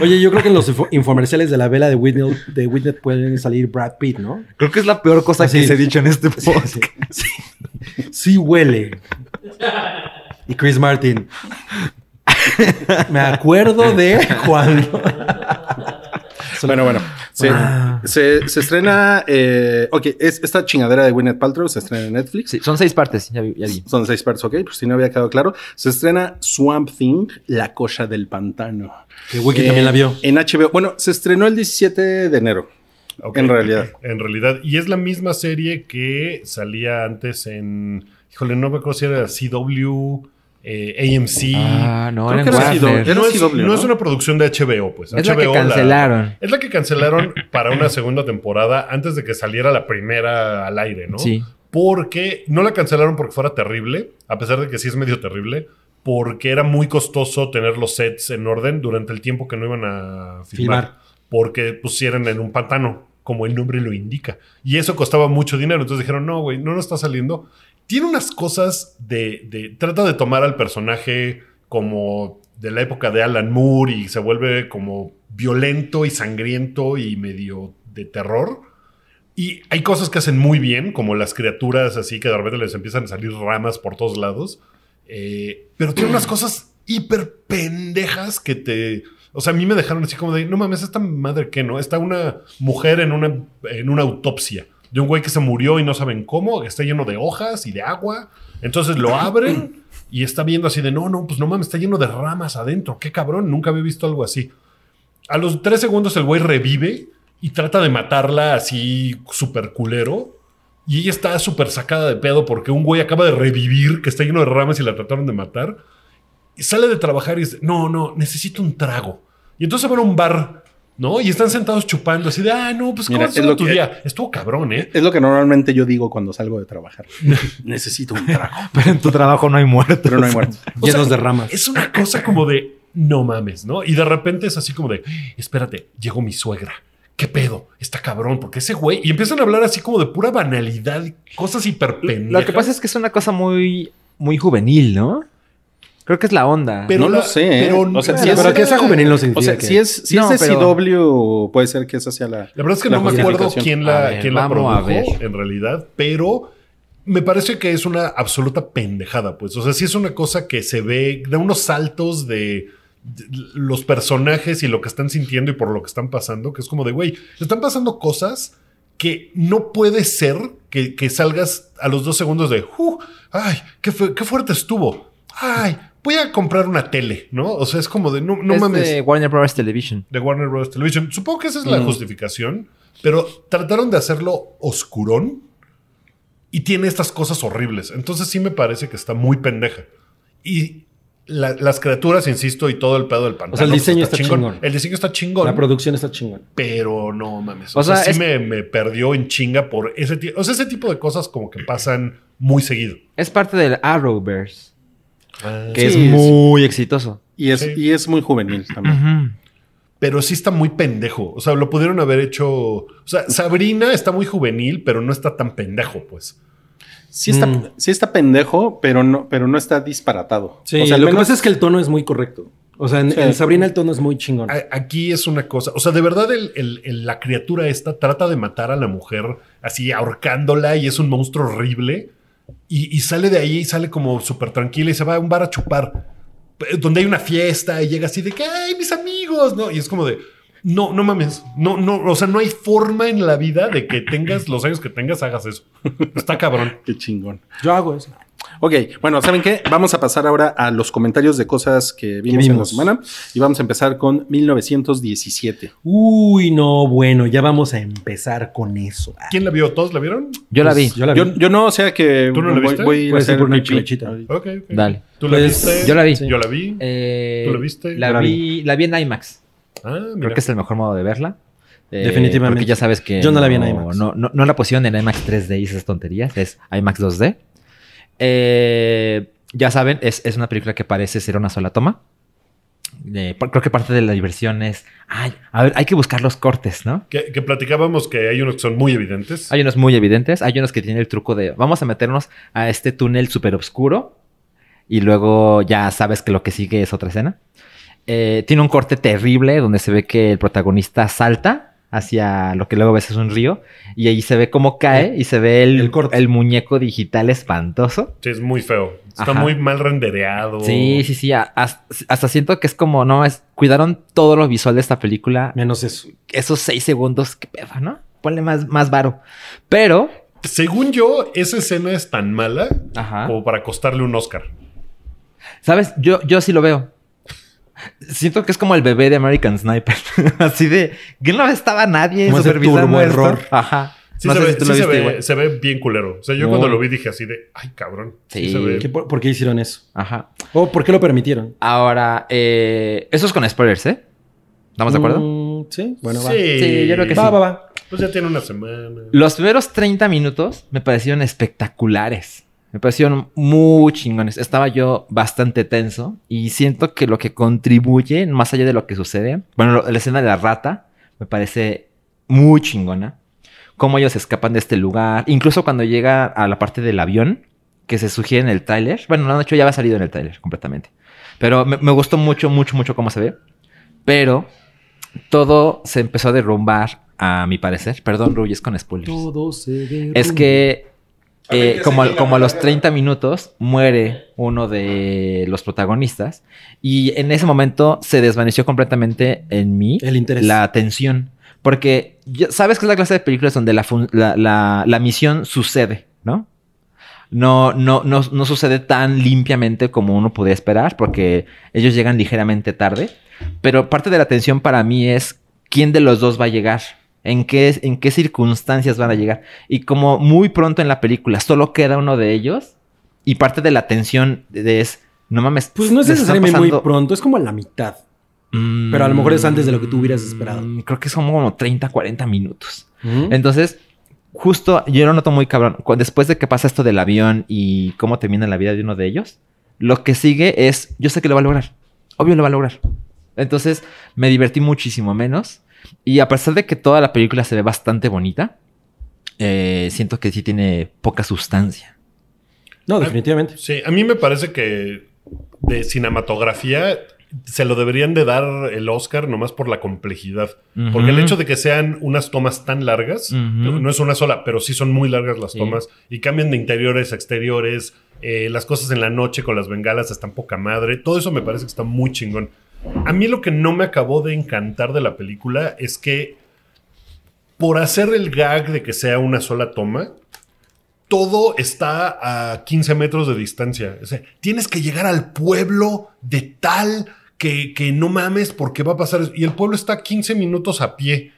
D: Oye, yo creo que en los info- infomerciales de la vela de Whitney, de Whitney pueden salir Brad Pitt, ¿no?
C: Creo que es la peor cosa
D: Así
C: que
D: es.
C: se ha dicho en este podcast.
D: sí, Sí huele. Y Chris Martin. Me acuerdo de cuando.
E: bueno, bueno. Se, se- se estrena. eh, ok, es, esta chingadera de Gwyneth Paltrow se estrena en Netflix.
C: Sí, son seis partes, ya vi. ya vi.
E: Son seis partes, ok, por si no había quedado claro. Se estrena Swamp Thing, la cosa del pantano.
D: Que Wiki
E: Eh,
D: también la vio.
E: En HBO. Bueno, se estrenó el 17 de enero.
B: Ok.
E: En realidad.
B: En realidad. Y es la misma serie que salía antes en. Híjole, no me acuerdo si era CW, eh, AMC.
C: Ah, no,
E: Creo
C: era en
E: que era
C: Warner.
E: CW.
B: no,
E: era
B: es,
E: CW,
B: no
E: ¿no?
B: es una producción de HBO, pues.
C: Es la que
B: HBO
C: cancelaron.
B: es la que cancelaron para una segunda temporada antes de que saliera la primera al aire, ¿no?
C: Sí.
B: Porque no la cancelaron porque fuera terrible, a pesar de que sí es medio terrible, porque era muy costoso tener los sets en orden durante el tiempo que no iban a filmar.
D: Filmar.
B: Porque pusieron en un pantano, como el nombre lo indica. Y eso costaba mucho dinero. Entonces dijeron, no, güey, no nos está saliendo. Tiene unas cosas de, de- Trata de tomar al personaje como de la época de Alan Moore y se vuelve como violento y sangriento y medio de terror. Y hay cosas que hacen muy bien, como las criaturas así que de repente les empiezan a salir ramas por todos lados. Eh, pero tiene unas cosas hiper pendejas que te. O sea, a mí me dejaron así como de, no mames, esta madre que no. Está una mujer en una, en una autopsia de un güey que se murió y no saben cómo, que está lleno de hojas y de agua. Entonces lo abren y está viendo así de, no, no, pues no mames, está lleno de ramas adentro. Qué cabrón, nunca había visto algo así. A los tres segundos el güey revive y trata de matarla así súper culero. Y ella está súper sacada de pedo porque un güey acaba de revivir, que está lleno de ramas y la trataron de matar. Y sale de trabajar y dice, no, no, necesito un trago. Y entonces van a un bar ¿No? Y están sentados chupando así de, ah, no, pues, ¿cómo
E: Mira, es
B: estuvo
E: lo
B: tu
E: que-
B: día? Estuvo cabrón, ¿eh?
E: Es lo que normalmente yo digo cuando salgo de trabajar. Necesito un trago.
C: Pero en tu trabajo no hay muertos.
E: Pero no hay muerto.
B: O sea,
D: Llenos de ramas.
B: Es una cosa como de no mames, ¿no? Y de repente es así como de, espérate, llegó mi suegra. ¿Qué pedo? Está cabrón, porque ese güey. Y empiezan a hablar así como de pura banalidad, cosas hiperpendejas.
C: Lo que pasa es que es una cosa muy, muy juvenil, ¿no? Creo que es la onda.
B: Pero
E: no
B: la-
E: lo sé. ¿eh?
B: pero-
E: o sea, si
D: Pero
E: es,
D: que esa juvenil no significa
E: o sea,
D: que-
E: si es, si
C: No,
E: es de
C: pero-
E: CW, puede ser que esa sea la.
B: La verdad es que
E: La
B: no me acuerdo
E: justificación.
B: quién la,
C: A ver,
B: quién la produjo
C: vamos a ver.
B: en realidad, pero me parece que es una absoluta pendejada, pues. O sea, sí es una cosa que se ve, da unos saltos de de los personajes y lo que están sintiendo y por lo que están pasando, que es como de, güey, están pasando cosas que no puede ser que, que salgas a los dos segundos de, "Uh, ay, qué, fu- qué fuerte estuvo, ay, voy a comprar una tele, ¿no? O sea, es como de, no, no
C: Es
B: mames
C: de Warner Bros. Television.
B: de Warner Bros. Television. Supongo que esa es la
E: Mm.
B: justificación, pero trataron de hacerlo oscurón y tiene estas cosas horribles. Entonces sí me parece que está muy pendeja. Y la- las criaturas, insisto, y todo el pedo del pantano.
D: sea, el
B: pues,
D: diseño está chingón.
B: El diseño está chingón.
D: La producción está chingona.
B: pero no mames. O,
C: O
B: sea,
C: sea,
B: sí
C: es-
B: me, me perdió en chinga por ese tipo. O sea, ese tipo de cosas como que pasan muy seguido.
C: Es parte del Arrowverse,
D: Ah.
C: que
E: Sí,
C: es
E: sí.
C: muy exitoso.
E: Y es,
B: Sí.
E: y es muy juvenil también.
B: pero sí está muy pendejo. O sea, lo pudieron haber hecho. O sea, Sabrina está muy juvenil, pero no está tan pendejo, pues.
E: Sí está,
D: Mm.
E: sí está pendejo, pero no, pero no está disparatado.
D: Sí,
E: o sea, al
D: lo que
E: menos-
D: pasa es que el tono es muy correcto. O sea, en,
E: Sí.
D: en Sabrina el tono es muy chingón.
B: A- aquí es una cosa. O sea, de verdad, el- el- el- la criatura esta trata de matar a la mujer así ahorcándola y es un monstruo horrible. Y, y sale de ahí y sale como súper tranquila y se va a un bar a chupar. eh, Donde hay una fiesta y llega así de que, ¡ay, mis amigos! ¿no? Y es como de. No, no mames. No, no, o sea, no hay forma en la vida de que tengas los años que tengas, hagas eso. Está cabrón.
E: Qué chingón.
D: Yo hago eso.
E: Ok, bueno, ¿saben qué? Vamos a pasar ahora a los comentarios de cosas que vimos, en la
D: vimos?
E: semana. Y vamos a empezar con 1917.
D: Uy, no, bueno, ya vamos a empezar con eso. Ah,
B: ¿Quién la vio? ¿Todos la vieron?
C: Yo la vi.
D: pues, Yo la vi.
E: Yo, yo no, o sea que
B: ¿Tú no la
E: voy,
B: viste?
E: voy a ir
D: Puede ser
E: hacer
D: por mi
E: pipí.
D: pilechita.
B: Ok, ok.
C: Dale.
B: ¿Tú la
D: Pues,
B: viste?
C: yo la vi.
B: Yo la vi.
C: Eh,
B: ¿Tú la viste?
C: La
D: Yo la
C: vi, la vi en IMAX.
B: Ah, mira.
C: Creo que es el mejor modo de verla. Eh,
D: Definitivamente.
C: Porque ya sabes que.
D: Yo no la vi en IMAX.
C: No, no- no la pusieron en IMAX 3D y esas tonterías. Es IMAX 2D. Eh, ya saben, es, es una película que parece ser una sola toma. Eh, por- creo que parte de la diversión es. Ay, a ver, hay que buscar los cortes, ¿no?
B: Que, que platicábamos que hay unos que son muy evidentes.
C: Hay unos muy evidentes. Hay unos que tienen el truco de. Vamos a meternos a este túnel súper oscuro. Y luego ya sabes que lo que sigue es otra escena. Eh, tiene un corte terrible donde se ve que el protagonista salta hacia lo que luego ves es un río. Y ahí se ve cómo cae y se ve el,
D: El
C: el,
D: corte.
C: muñeco digital espantoso.
B: Sí, es muy feo. Está
C: Ajá.
B: muy mal rendereado.
C: Sí, sí, sí. a- as- hasta siento que es como, no, es, cuidaron todo lo visual de esta película.
D: Menos eso.
C: Esos seis segundos, qué pedo, ¿no? Ponle más, más varo. Pero.
B: Según yo, esa escena es tan mala
C: Ajá.
B: como para costarle un Oscar.
C: ¿Sabes? Yo, yo sí lo veo. Siento que es como el bebé de American Sniper. Así de que no estaba nadie
D: Como ese
C: supervisando
D: turbo
C: esto.
D: error.
C: Ajá.
B: Sí,
C: no
B: se,
C: sé
B: ve,
C: si tú
B: sí
C: lo
B: se
C: viste
B: ve-
C: igual.
B: se ve bien culero. O sea, yo
C: Muy.
B: cuando lo vi dije así de, ay, cabrón. Sí,
C: Sí.
B: se ve.
D: ¿Qué- por, por qué hicieron eso?
C: Ajá.
D: ¿O por qué lo permitieron?
C: Ahora, eh, eso es con spoilers, ¿eh? ¿Estamos de acuerdo?
D: Mm, sí, bueno, va.
C: Sí, yo creo que
D: Va,
C: sí.
D: va, va.
B: Pues ya tiene una semana.
C: Los primeros 30 minutos me parecieron espectaculares. Me parecieron muy chingones. Estaba yo bastante tenso y siento que lo que contribuye, más allá de lo que sucede, bueno, lo- la escena de la rata me parece muy chingona. Cómo ellos escapan de este lugar. Incluso cuando llega a la parte del avión, que se sugiere en el tráiler. Bueno, no, de hecho ya había salido en el tráiler completamente. Pero me, me gustó mucho, mucho, mucho cómo se ve. Pero todo se empezó a derrumbar, a mi parecer. Perdón, Ruy, es con spoilers.
D: Todo se derrumba.
C: Es que
E: A ver,
C: eh,
E: ¿qué
C: como,
E: seguía?
C: a- como a los 30 minutos muere uno de los protagonistas y en ese momento se desvaneció completamente en mí
D: El interés.
C: la atención. Porque ya sabes que es la clase de películas donde la, fun- la, la- la misión sucede, ¿no? No, no, no, no sucede tan limpiamente como uno podía esperar, porque ellos llegan ligeramente tarde. Pero parte de la atención para mí es quién de los dos va a llegar, en qué, en qué circunstancias van a llegar. Y como muy pronto en la película solo queda uno de ellos, y parte de la atención de- es, no mames,
D: Pues no es
C: les está
D: necesariamente muy
C: pasando-
D: pronto, es como a la mitad. Pero a lo mejor es antes de lo que tú hubieras esperado.
C: Mm, Creo que son como 30, 40 minutos.
D: Ujú.
C: Entonces, justo yo lo noto muy cabrón. Cu- Después de que pasa esto del avión y cómo termina la vida de uno de ellos, lo que sigue es, yo sé que lo va a lograr. Obvio lo va a lograr. Entonces, me divertí muchísimo menos. Y a pesar de que toda la película se ve bastante bonita, eh, siento que sí tiene poca sustancia.
D: No, definitivamente.
B: Sí, a mí me parece que de cinematografía se lo deberían de dar el Oscar nomás por la complejidad.
C: Ujú.
B: Porque el hecho de que sean unas tomas tan largas,
C: Ujú.
B: no no es una sola, pero sí son muy largas las
C: Sí.
B: tomas y cambian de interiores a exteriores, eh, las cosas en la noche con las bengalas están poca madre, todo eso me parece que está muy chingón. A mí lo que no me acabó de encantar de la película es que por hacer el gag de que sea una sola toma, todo está a 15 metros de distancia. O sea, tienes que llegar al pueblo de tal que, que no mames porque va a pasar. eso. Y el pueblo está a 15 minutos a pie.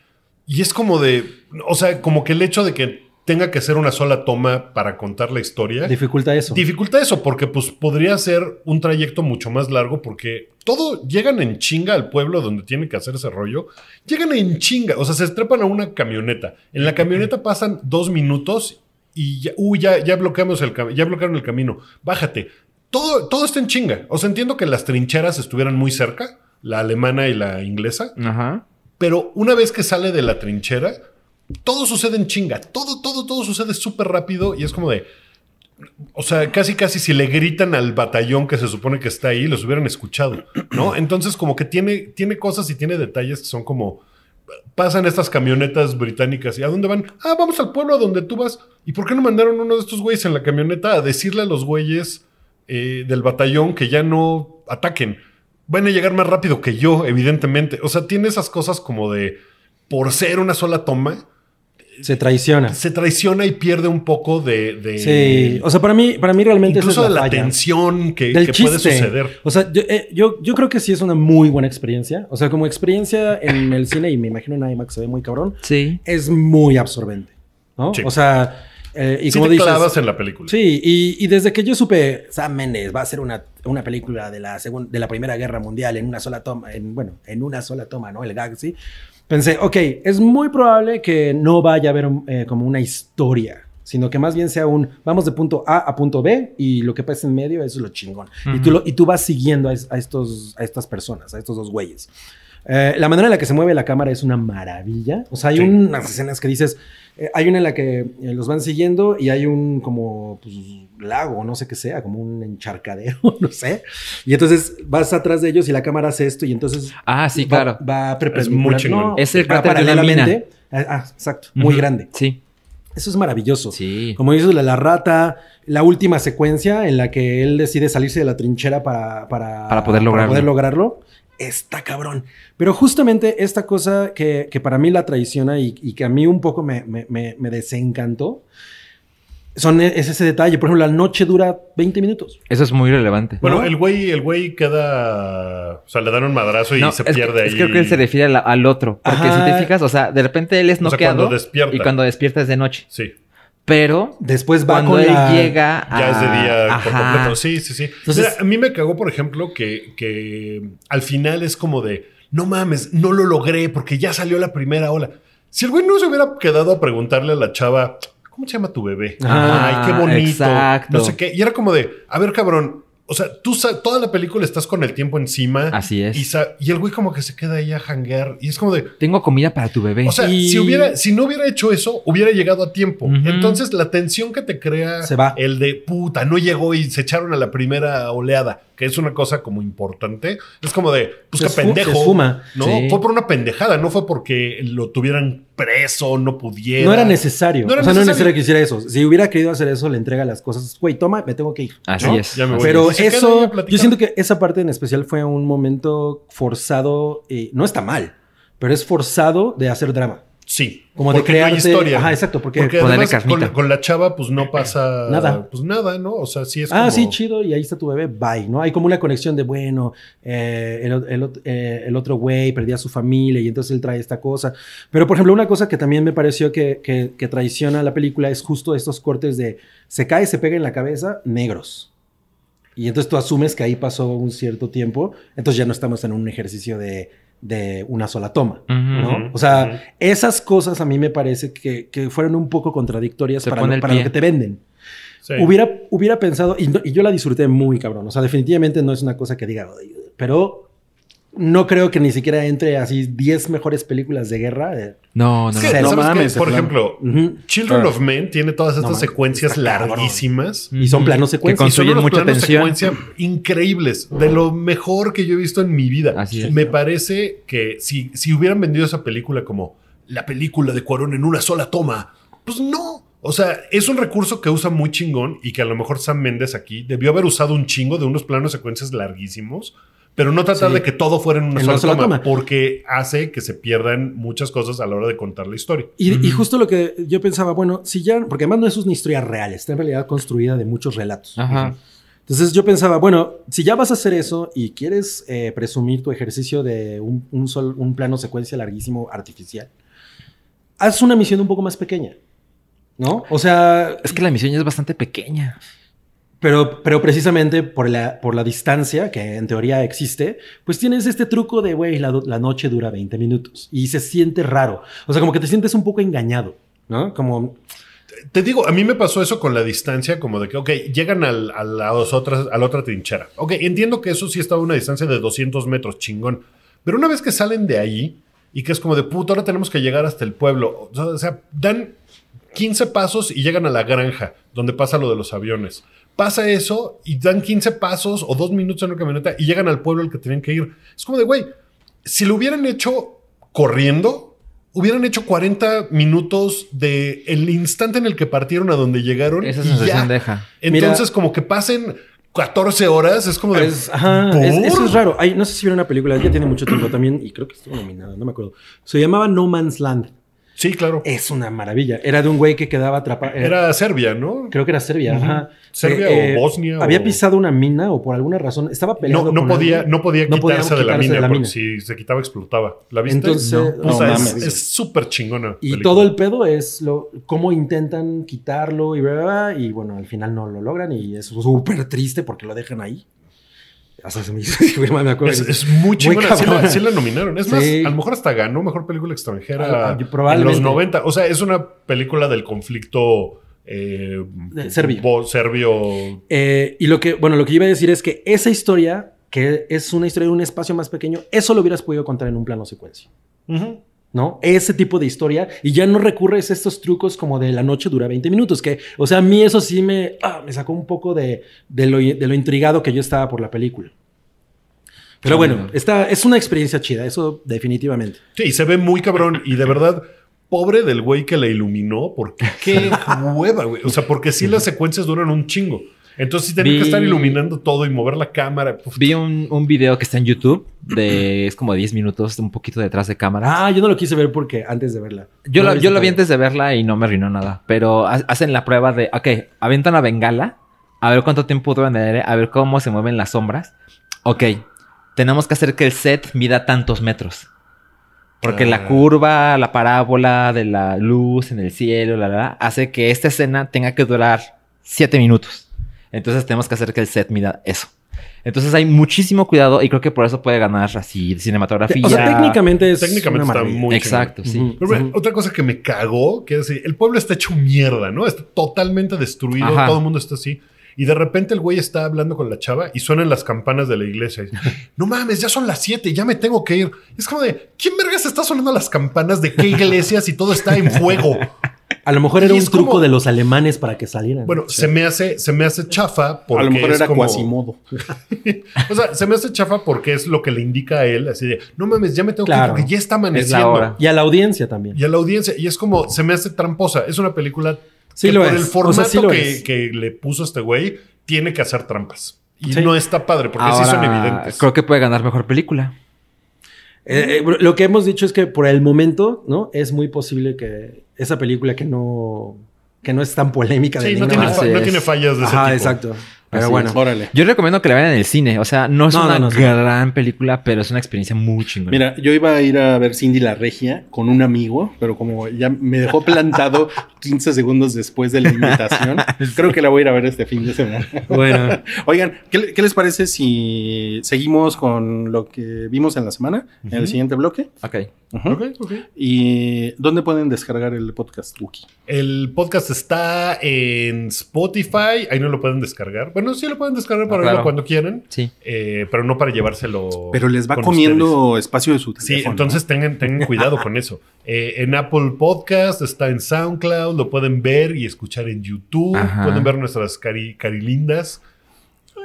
B: Y es como de, o sea, como que el hecho de que tenga que ser una sola toma para contar la historia.
D: Dificulta eso.
B: Dificulta eso, porque pues podría ser un trayecto mucho más largo, porque todo llegan en chinga al pueblo donde tiene que hacer ese rollo. Llegan en chinga, o sea, se estrepan a una camioneta. En la camioneta pasan dos minutos y ya, uy, ya, ya bloqueamos el cam- ya bloquearon el camino. Bájate. Todo, todo está en chinga. O sea, entiendo que las trincheras estuvieran muy cerca, la alemana y la inglesa,
C: Ajá.
B: pero una vez que sale de la trinchera, todo sucede en chinga. Todo, todo, todo sucede súper rápido y es como de. O sea, casi, casi si le gritan al batallón que se supone que está ahí, los hubieran escuchado, ¿no? Entonces, como que tiene, tiene cosas y tiene detalles que son como. Pasan estas camionetas británicas y ¿a dónde van? Ah, vamos al pueblo a donde tú vas. ¿Y por qué no mandaron uno de estos güeyes en la camioneta a decirle a los güeyes eh, del batallón que ya no ataquen? Van a llegar más rápido que yo, evidentemente. O sea, tiene esas cosas como de, por ser una sola toma,
D: Se traiciona.
B: se traiciona y pierde un poco de... de-
D: Sí. O sea, para mí, para mí realmente esa
B: incluso
D: es
B: de
D: la,
B: la
D: falla.
B: tensión que,
D: Del
B: que puede
D: chiste.
B: suceder.
D: O sea, yo, eh, yo, yo creo que sí es una muy buena experiencia. O sea, como experiencia en el cine, y me imagino en IMAX se ve muy cabrón,
C: Sí.
D: es muy absorbente. ¿No?
B: Sí.
D: O sea, eh, y
B: Si
D: como
B: te
D: dices.
B: clavas en la película.
D: Sí, y, y desde que yo supe Sam Mendes va a hacer una, una película de la segun- de la Primera Guerra Mundial en una sola toma, en, bueno, en una sola toma, ¿no? El gag, sí. Pensé, ok, es muy probable que no vaya a haber eh, como una historia, sino que más bien sea un, vamos de punto A a punto B y lo que pasa en medio, eso es lo chingón. y, tú lo- y tú vas siguiendo a, es- a estos, a estas personas, a estos dos güeyes. Eh, la manera en la que se mueve la cámara es una maravilla. O sea, hay
B: Sí.
D: unas escenas que dices, eh, hay una en la que eh, los van siguiendo y hay un como pues, lago, no sé qué sea, como un encharcadero, no sé. Y entonces vas atrás de ellos y la cámara hace esto y entonces
C: Ah, sí,
D: va,
C: claro.
D: va
B: muy
D: perpendicular.
B: chingón.
C: Es el
D: va
C: cráter de la mina.
D: paralelamente. Ah, ah, exacto, muy
C: Ujú.
D: grande.
C: Sí.
D: Eso es maravilloso.
C: Sí.
D: Como dices, la, la rata, la última secuencia en la que él decide salirse de la trinchera para, para,
C: Para poder lograrlo.
D: lograrlo, está cabrón. Pero justamente esta cosa que, que para mí la traiciona y, y que a mí un poco me, me- me- me desencantó, son, e- es ese detalle. Por ejemplo, la noche dura 20 minutos.
C: Eso es muy relevante.
B: Bueno,
D: ¿no?
B: el güey, el güey queda. O sea, le dan un madrazo y
C: No,
B: se
C: es que-
B: pierde ahí.
C: Es que creo que él se refiere a la- al otro. Porque
D: Ajá.
C: si te fijas, o sea, de repente él es
B: O sea,
C: noqueado.
B: cuando despierta.
C: Y cuando despierta es de noche.
B: Sí,
C: Pero
D: Después va
C: cuando
D: con
C: él
D: la-
C: llega a...
B: ya es de día por
C: Ah, Ajá.
B: completo. Sí, sí, sí.
D: Entonces-
B: Mira, a mí me cagó, por ejemplo, que, que al final es como de no mames, no lo logré porque ya salió la primera ola. Si el güey no se hubiera quedado a preguntarle a la chava, ¿cómo se llama tu bebé?
C: Ah,
B: Ay, qué bonito.
C: exacto.
B: No sé qué. Y era como de, a ver, cabrón. O sea, tú sa- toda la película estás con el tiempo encima.
C: Así es.
B: Y, sa- y el güey como que se queda ahí a janguear. Y es como de,
C: Tengo comida para tu bebé.
B: O sea,
D: Y-
B: si, hubiera, si no hubiera hecho eso, hubiera llegado a tiempo.
C: Ujú.
B: Entonces, la tensión que te crea
D: Se va.
B: el de puta, no llegó y se echaron a la primera oleada, que es una cosa como importante, es como de, pues qué
D: Se esfu-
B: pendejo.
D: se esfuma.
B: ¿no?
C: Sí.
B: Fue por una pendejada, no fue porque lo tuvieran preso, no pudiera.
D: No era necesario.
B: No era
D: o sea, no era
B: necesario.
D: necesario que hiciera eso. Si hubiera querido hacer eso, le entrega las cosas. Güey, toma, me tengo que ir.
C: Así
B: ¿no?
C: es.
B: Ya me
C: así
B: voy.
D: Pero
B: Y se queda ahí a
D: eso,
B: platicar.
D: yo siento que esa parte en especial fue un momento forzado, eh, no está mal, pero es forzado de hacer drama.
B: Sí.
D: Como de
B: porque no hay
D: crearte-
B: historia.
D: Ajá, exacto, porque-
C: Ponerle
B: además con,
C: carnita.
B: la- con la chava, pues no pasa
D: Nada.
B: Pues nada, ¿no? O sea, sí es
D: ah,
B: como-
D: sí, chido, y ahí está tu bebé, bye, ¿no? Hay como una conexión de, bueno, eh, el, o- el ot- eh, el otro güey perdía a su familia y entonces él trae esta cosa. Pero, por ejemplo, una cosa que también me pareció que, que- que traiciona la película es justo estos cortes de se cae, se pega en la cabeza, negros. Y entonces tú asumes que ahí pasó un cierto tiempo, entonces ya no estamos en un ejercicio de, de una sola toma, ¿no?
B: Ujú,
D: O sea,
B: ujú.
D: esas cosas a mí me parece que, que fueron un poco contradictorias
C: Te
D: para,
C: pone
D: lo,
C: el
D: para lo
C: pie.
D: que te venden.
B: Sí.
D: Hubiera, hubiera pensado, y, no- y yo la disfruté muy cabrón, o sea, definitivamente no es una cosa que diga, "Ay", pero no creo que ni siquiera entre así 10 mejores películas de guerra. eh.
C: No, no,
B: Es
C: no.
B: que,
D: no
B: ¿sabes qué?
E: mames,
B: Por
E: claro.
B: ejemplo,
D: Ujú.
B: Children
E: Claro.
B: of Men tiene todas estas
E: mames,
B: secuencias
D: Ah. está cabrón.
B: larguísimas.
D: Y son planos
C: Que
D: secuencias.
C: construyen
B: unos
C: mucha
B: planos
C: tensión.
B: secuencia increíbles, de lo mejor que yo he visto en mi vida.
C: Así es.
B: Me parece que si, si hubieran vendido esa película como la película de Cuarón en una sola toma, pues no. O sea, es un recurso que usa muy chingón y que a lo mejor Sam Méndez aquí debió haber usado un chingo de unos planos secuencias larguísimos, pero no tratar
D: Sí.
B: de que todo fuera en una
D: En
B: sola,
D: una sola
B: toma,
D: toma.
B: porque hace que se pierdan muchas cosas a la hora de contar la historia.
D: Y, y
C: Ujú.
D: justo lo que yo pensaba, bueno, si ya, porque además no es una historia real, está en realidad construida de muchos relatos.
C: Ajá.
D: Entonces yo pensaba, bueno, si ya vas a hacer eso y quieres eh, presumir tu ejercicio de un, un sol- un plano secuencia larguísimo artificial, haz una misión un poco más pequeña, ¿no? O sea,
C: Es que la misión ya es bastante pequeña.
D: pero, pero precisamente por la, por la distancia que en teoría existe, pues tienes este truco de, güey, la, do- la noche dura 20 minutos y se siente raro. O sea, como que te sientes un poco engañado, ¿no? Como,
B: Te digo, a mí me pasó eso con la distancia, como de que, ok, llegan al- a, las otras, a la otra trinchera. Ok, entiendo que eso sí estaba a una distancia de 200 metros, chingón. Pero una vez que salen de ahí y que es como de puto, ahora tenemos que llegar hasta el pueblo. O sea, o sea, dan 15 pasos y llegan a la granja, donde pasa lo de los aviones. Pasa eso y dan 15 pasos o dos minutos en una camioneta y llegan al pueblo al que tienen que ir. Es como de, güey, si lo hubieran hecho corriendo, hubieran hecho 40 minutos de el instante en el que partieron a donde llegaron.
C: Esa
B: y ya.
C: sensación deja.
B: Entonces, como que pasen 14 horas, es como de.
D: Es- ajá,
B: ¿por?
D: es- eso es raro. Hay- no sé si vieron una película, ya tiene mucho tiempo también, y creo que estuvo nominada, no me acuerdo. Se llamaba No Man's Land.
B: Sí, claro.
C: eh,
D: Es una maravilla. Era de un güey que quedaba atrapado. eh,
B: Era Serbia, ¿no?
D: creo que era Serbia.
B: Ujú.
D: ajá. Eh,
B: Serbia o Bosnia
D: Había
B: o-
D: pisado una mina o por alguna razón estaba peleando.
B: No, no
D: con
B: podía,
D: alguien.
B: no podía
D: No podía
B: quitarse de la
D: quitarse
B: mina,
D: de la
B: porque
D: mina.
B: si se quitaba, explotaba. ¿La viste?
D: Entonces,
C: No.
B: O
D: no
B: sea, es-
D: mames.
B: es súper chingona.
D: y
B: película.
D: todo el pedo es lo, cómo intentan quitarlo y bla, bla, bla, y bueno, al final no lo logran y es súper triste porque lo dejan ahí. Hasta se me hizo, güey, me acuerdo.
B: Es, es muy chingona. Sí la,
D: cabrona.
B: sí la nominaron. Es más,
D: Sí.
B: a lo mejor hasta ganó mejor película
D: Ah,
B: extranjera
D: ah, probablemente.
B: en los 90. O sea, es una película del conflicto eh,
D: De- serbio.
B: bo- serbio.
D: Eh, y lo que, bueno, lo que iba a decir es que esa historia, que es una historia de un espacio más pequeño, eso lo hubieras podido contar en un plano secuencia,
B: Ujú.
D: ¿no? Ese tipo de historia y ya no recurres a estos trucos como de la noche dura 20 minutos, que, o sea, a mí eso sí me, ah, me sacó un poco de, de lo, de lo intrigado que yo estaba por la película. Pero bueno, está, es una experiencia chida, eso definitivamente.
B: Sí, se ve muy cabrón. Y de verdad, pobre del güey que la iluminó, porque qué hueva, güey. O sea, porque sí las secuencias duran un chingo. Entonces sí tenía
C: Vi-
B: que estar iluminando todo y mover la cámara. Puf,
C: Vi un, un video que está en YouTube de es como 10 minutos, un poquito detrás de cámara.
D: Ah, yo no lo quise ver porque antes de verla.
C: Yo, la,
D: No
C: yo la vi
D: todavía.
C: antes de verla y no me arruinó nada. Pero ha- hacen la prueba de, ok, avientan la bengala, a ver cuánto tiempo dura en el aire, a ver cómo se mueven las sombras. Ok, tenemos que hacer que el set mida tantos metros. Porque
B: Ah.
C: la curva, la parábola de la luz en el cielo, la, la, la, hace que esta escena tenga que durar 7 minutos. Entonces tenemos que hacer que el set mida eso. Entonces hay muchísimo cuidado y creo que por eso puede ganar así
D: Te-
C: cinematografía.
D: O sea, técnicamente es.
B: Técnicamente
D: una
B: está
D: maravilla.
B: muy
C: Exacto, sí.
D: Ujú.
B: Pero, bueno, otra cosa que me cagó, que es así, el pueblo está hecho mierda, ¿no? Está totalmente destruido,
C: Ajá.
B: todo el mundo está así. Y de repente el güey está hablando con la chava y suenan las campanas de la iglesia. Y dice, no mames, ya son las 7, ya me tengo que ir. Es como de, ¿quién vergas está sonando las campanas de qué iglesia si todo está en fuego?
D: A lo mejor
B: Y
D: era un
B: es como-
D: truco de los alemanes para que salieran.
B: Bueno, se me hace, se me hace chafa porque
E: a lo mejor
B: es
E: era
B: como-
E: Quasimodo.
B: O sea, se me hace chafa porque es lo que le indica a él, así de, no mames, ya me tengo
D: Claro.
B: que ir porque ya está
C: es la
B: amaneciendo.
C: hora.
D: Y a la audiencia también.
B: Y a la audiencia, y es como, se me hace tramposa. Es una película
D: Sí
B: que
D: lo
B: por
D: es.
B: el
D: O sea,
B: formato
D: sí lo
B: que,
D: es.
B: que le puso este güey, tiene que hacer trampas. Y
D: Sí.
B: no está padre, porque sí son
C: Ahora,
B: evidentes.
C: Creo que puede ganar mejor película.
D: Eh, eh, lo que hemos dicho es que por el momento, ¿no? Es muy posible que esa película que no, que no es tan polémica de
B: Sí, no
D: ninguna
B: tiene,
C: más
B: fa- no
C: es-
B: tiene fallas de ese
D: Ajá,
B: tipo.
D: exacto. Pero
C: Así
D: bueno.
C: es.
E: Órale.
C: Yo recomiendo que la vean en el cine. O sea, no es
D: No,
C: una
D: no, no, sí.
C: gran película, pero es una experiencia muy chingona.
E: Mira, yo iba a ir a ver Cindy la Regia con un amigo, pero como ya me dejó plantado 15 segundos después de la invitación, creo que la voy a ir a ver este fin de semana.
C: bueno.
E: Oigan, ¿qué, le- qué les parece si seguimos con lo que vimos en la semana, en el siguiente bloque?
C: ok.
E: Ujú. ¿Y dónde pueden descargar el podcast Wookie?
B: El podcast está en Spotify. Ahí no lo pueden descargar. Bueno, sí lo pueden descargar para
C: Ah, claro.
B: verlo cuando quieran.
C: Sí.
B: eh, pero no para llevárselo.
E: Pero les va
B: con ustedes.
E: comiendo espacio de su teléfono.
B: Sí, entonces tengan, tengan cuidado con eso. Eh, en Apple Podcast, está en SoundCloud, lo pueden ver y escuchar en YouTube.
C: Ajá.
B: Pueden ver nuestras cari- carilindas.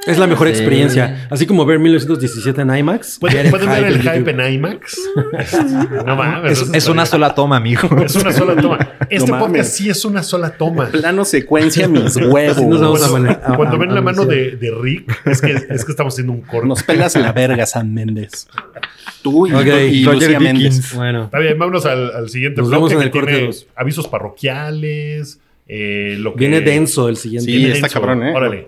D: Es la mejor
C: Sí.
D: experiencia. Así como ver 1917 en IMAX.
B: Pueden, pueden ver el
D: YouTube.
B: hype en IMAX. no mames.
C: Es,
B: eso
C: es
B: está
C: una
B: bien.
C: sola toma, amigo.
B: Es una sola toma. Este
E: No mames.
B: podcast sí es una sola toma.
E: Plano secuencia, mis
D: Así nos vamos a
E: huevos.
D: poner.
B: Cuando,
D: a-
B: cuando
D: a-
B: ven la
D: a-
B: mano de, de Rick, es que, es que estamos haciendo un corte.
E: Nos pelas la verga, San Méndez. Tú y,
D: Ok,
E: y
D: Roger
E: Lucía Méndez.
D: Dickens. Bueno.
B: Está bien, vámonos al, al siguiente
D: Nos vemos en
B: que
D: el corte
B: tiene
D: dos.
B: avisos parroquiales, eh, lo que...
D: Viene denso el siguiente.
E: Sí,
B: viene
E: está
B: denso.
E: cabrón, ¿eh?
B: Órale,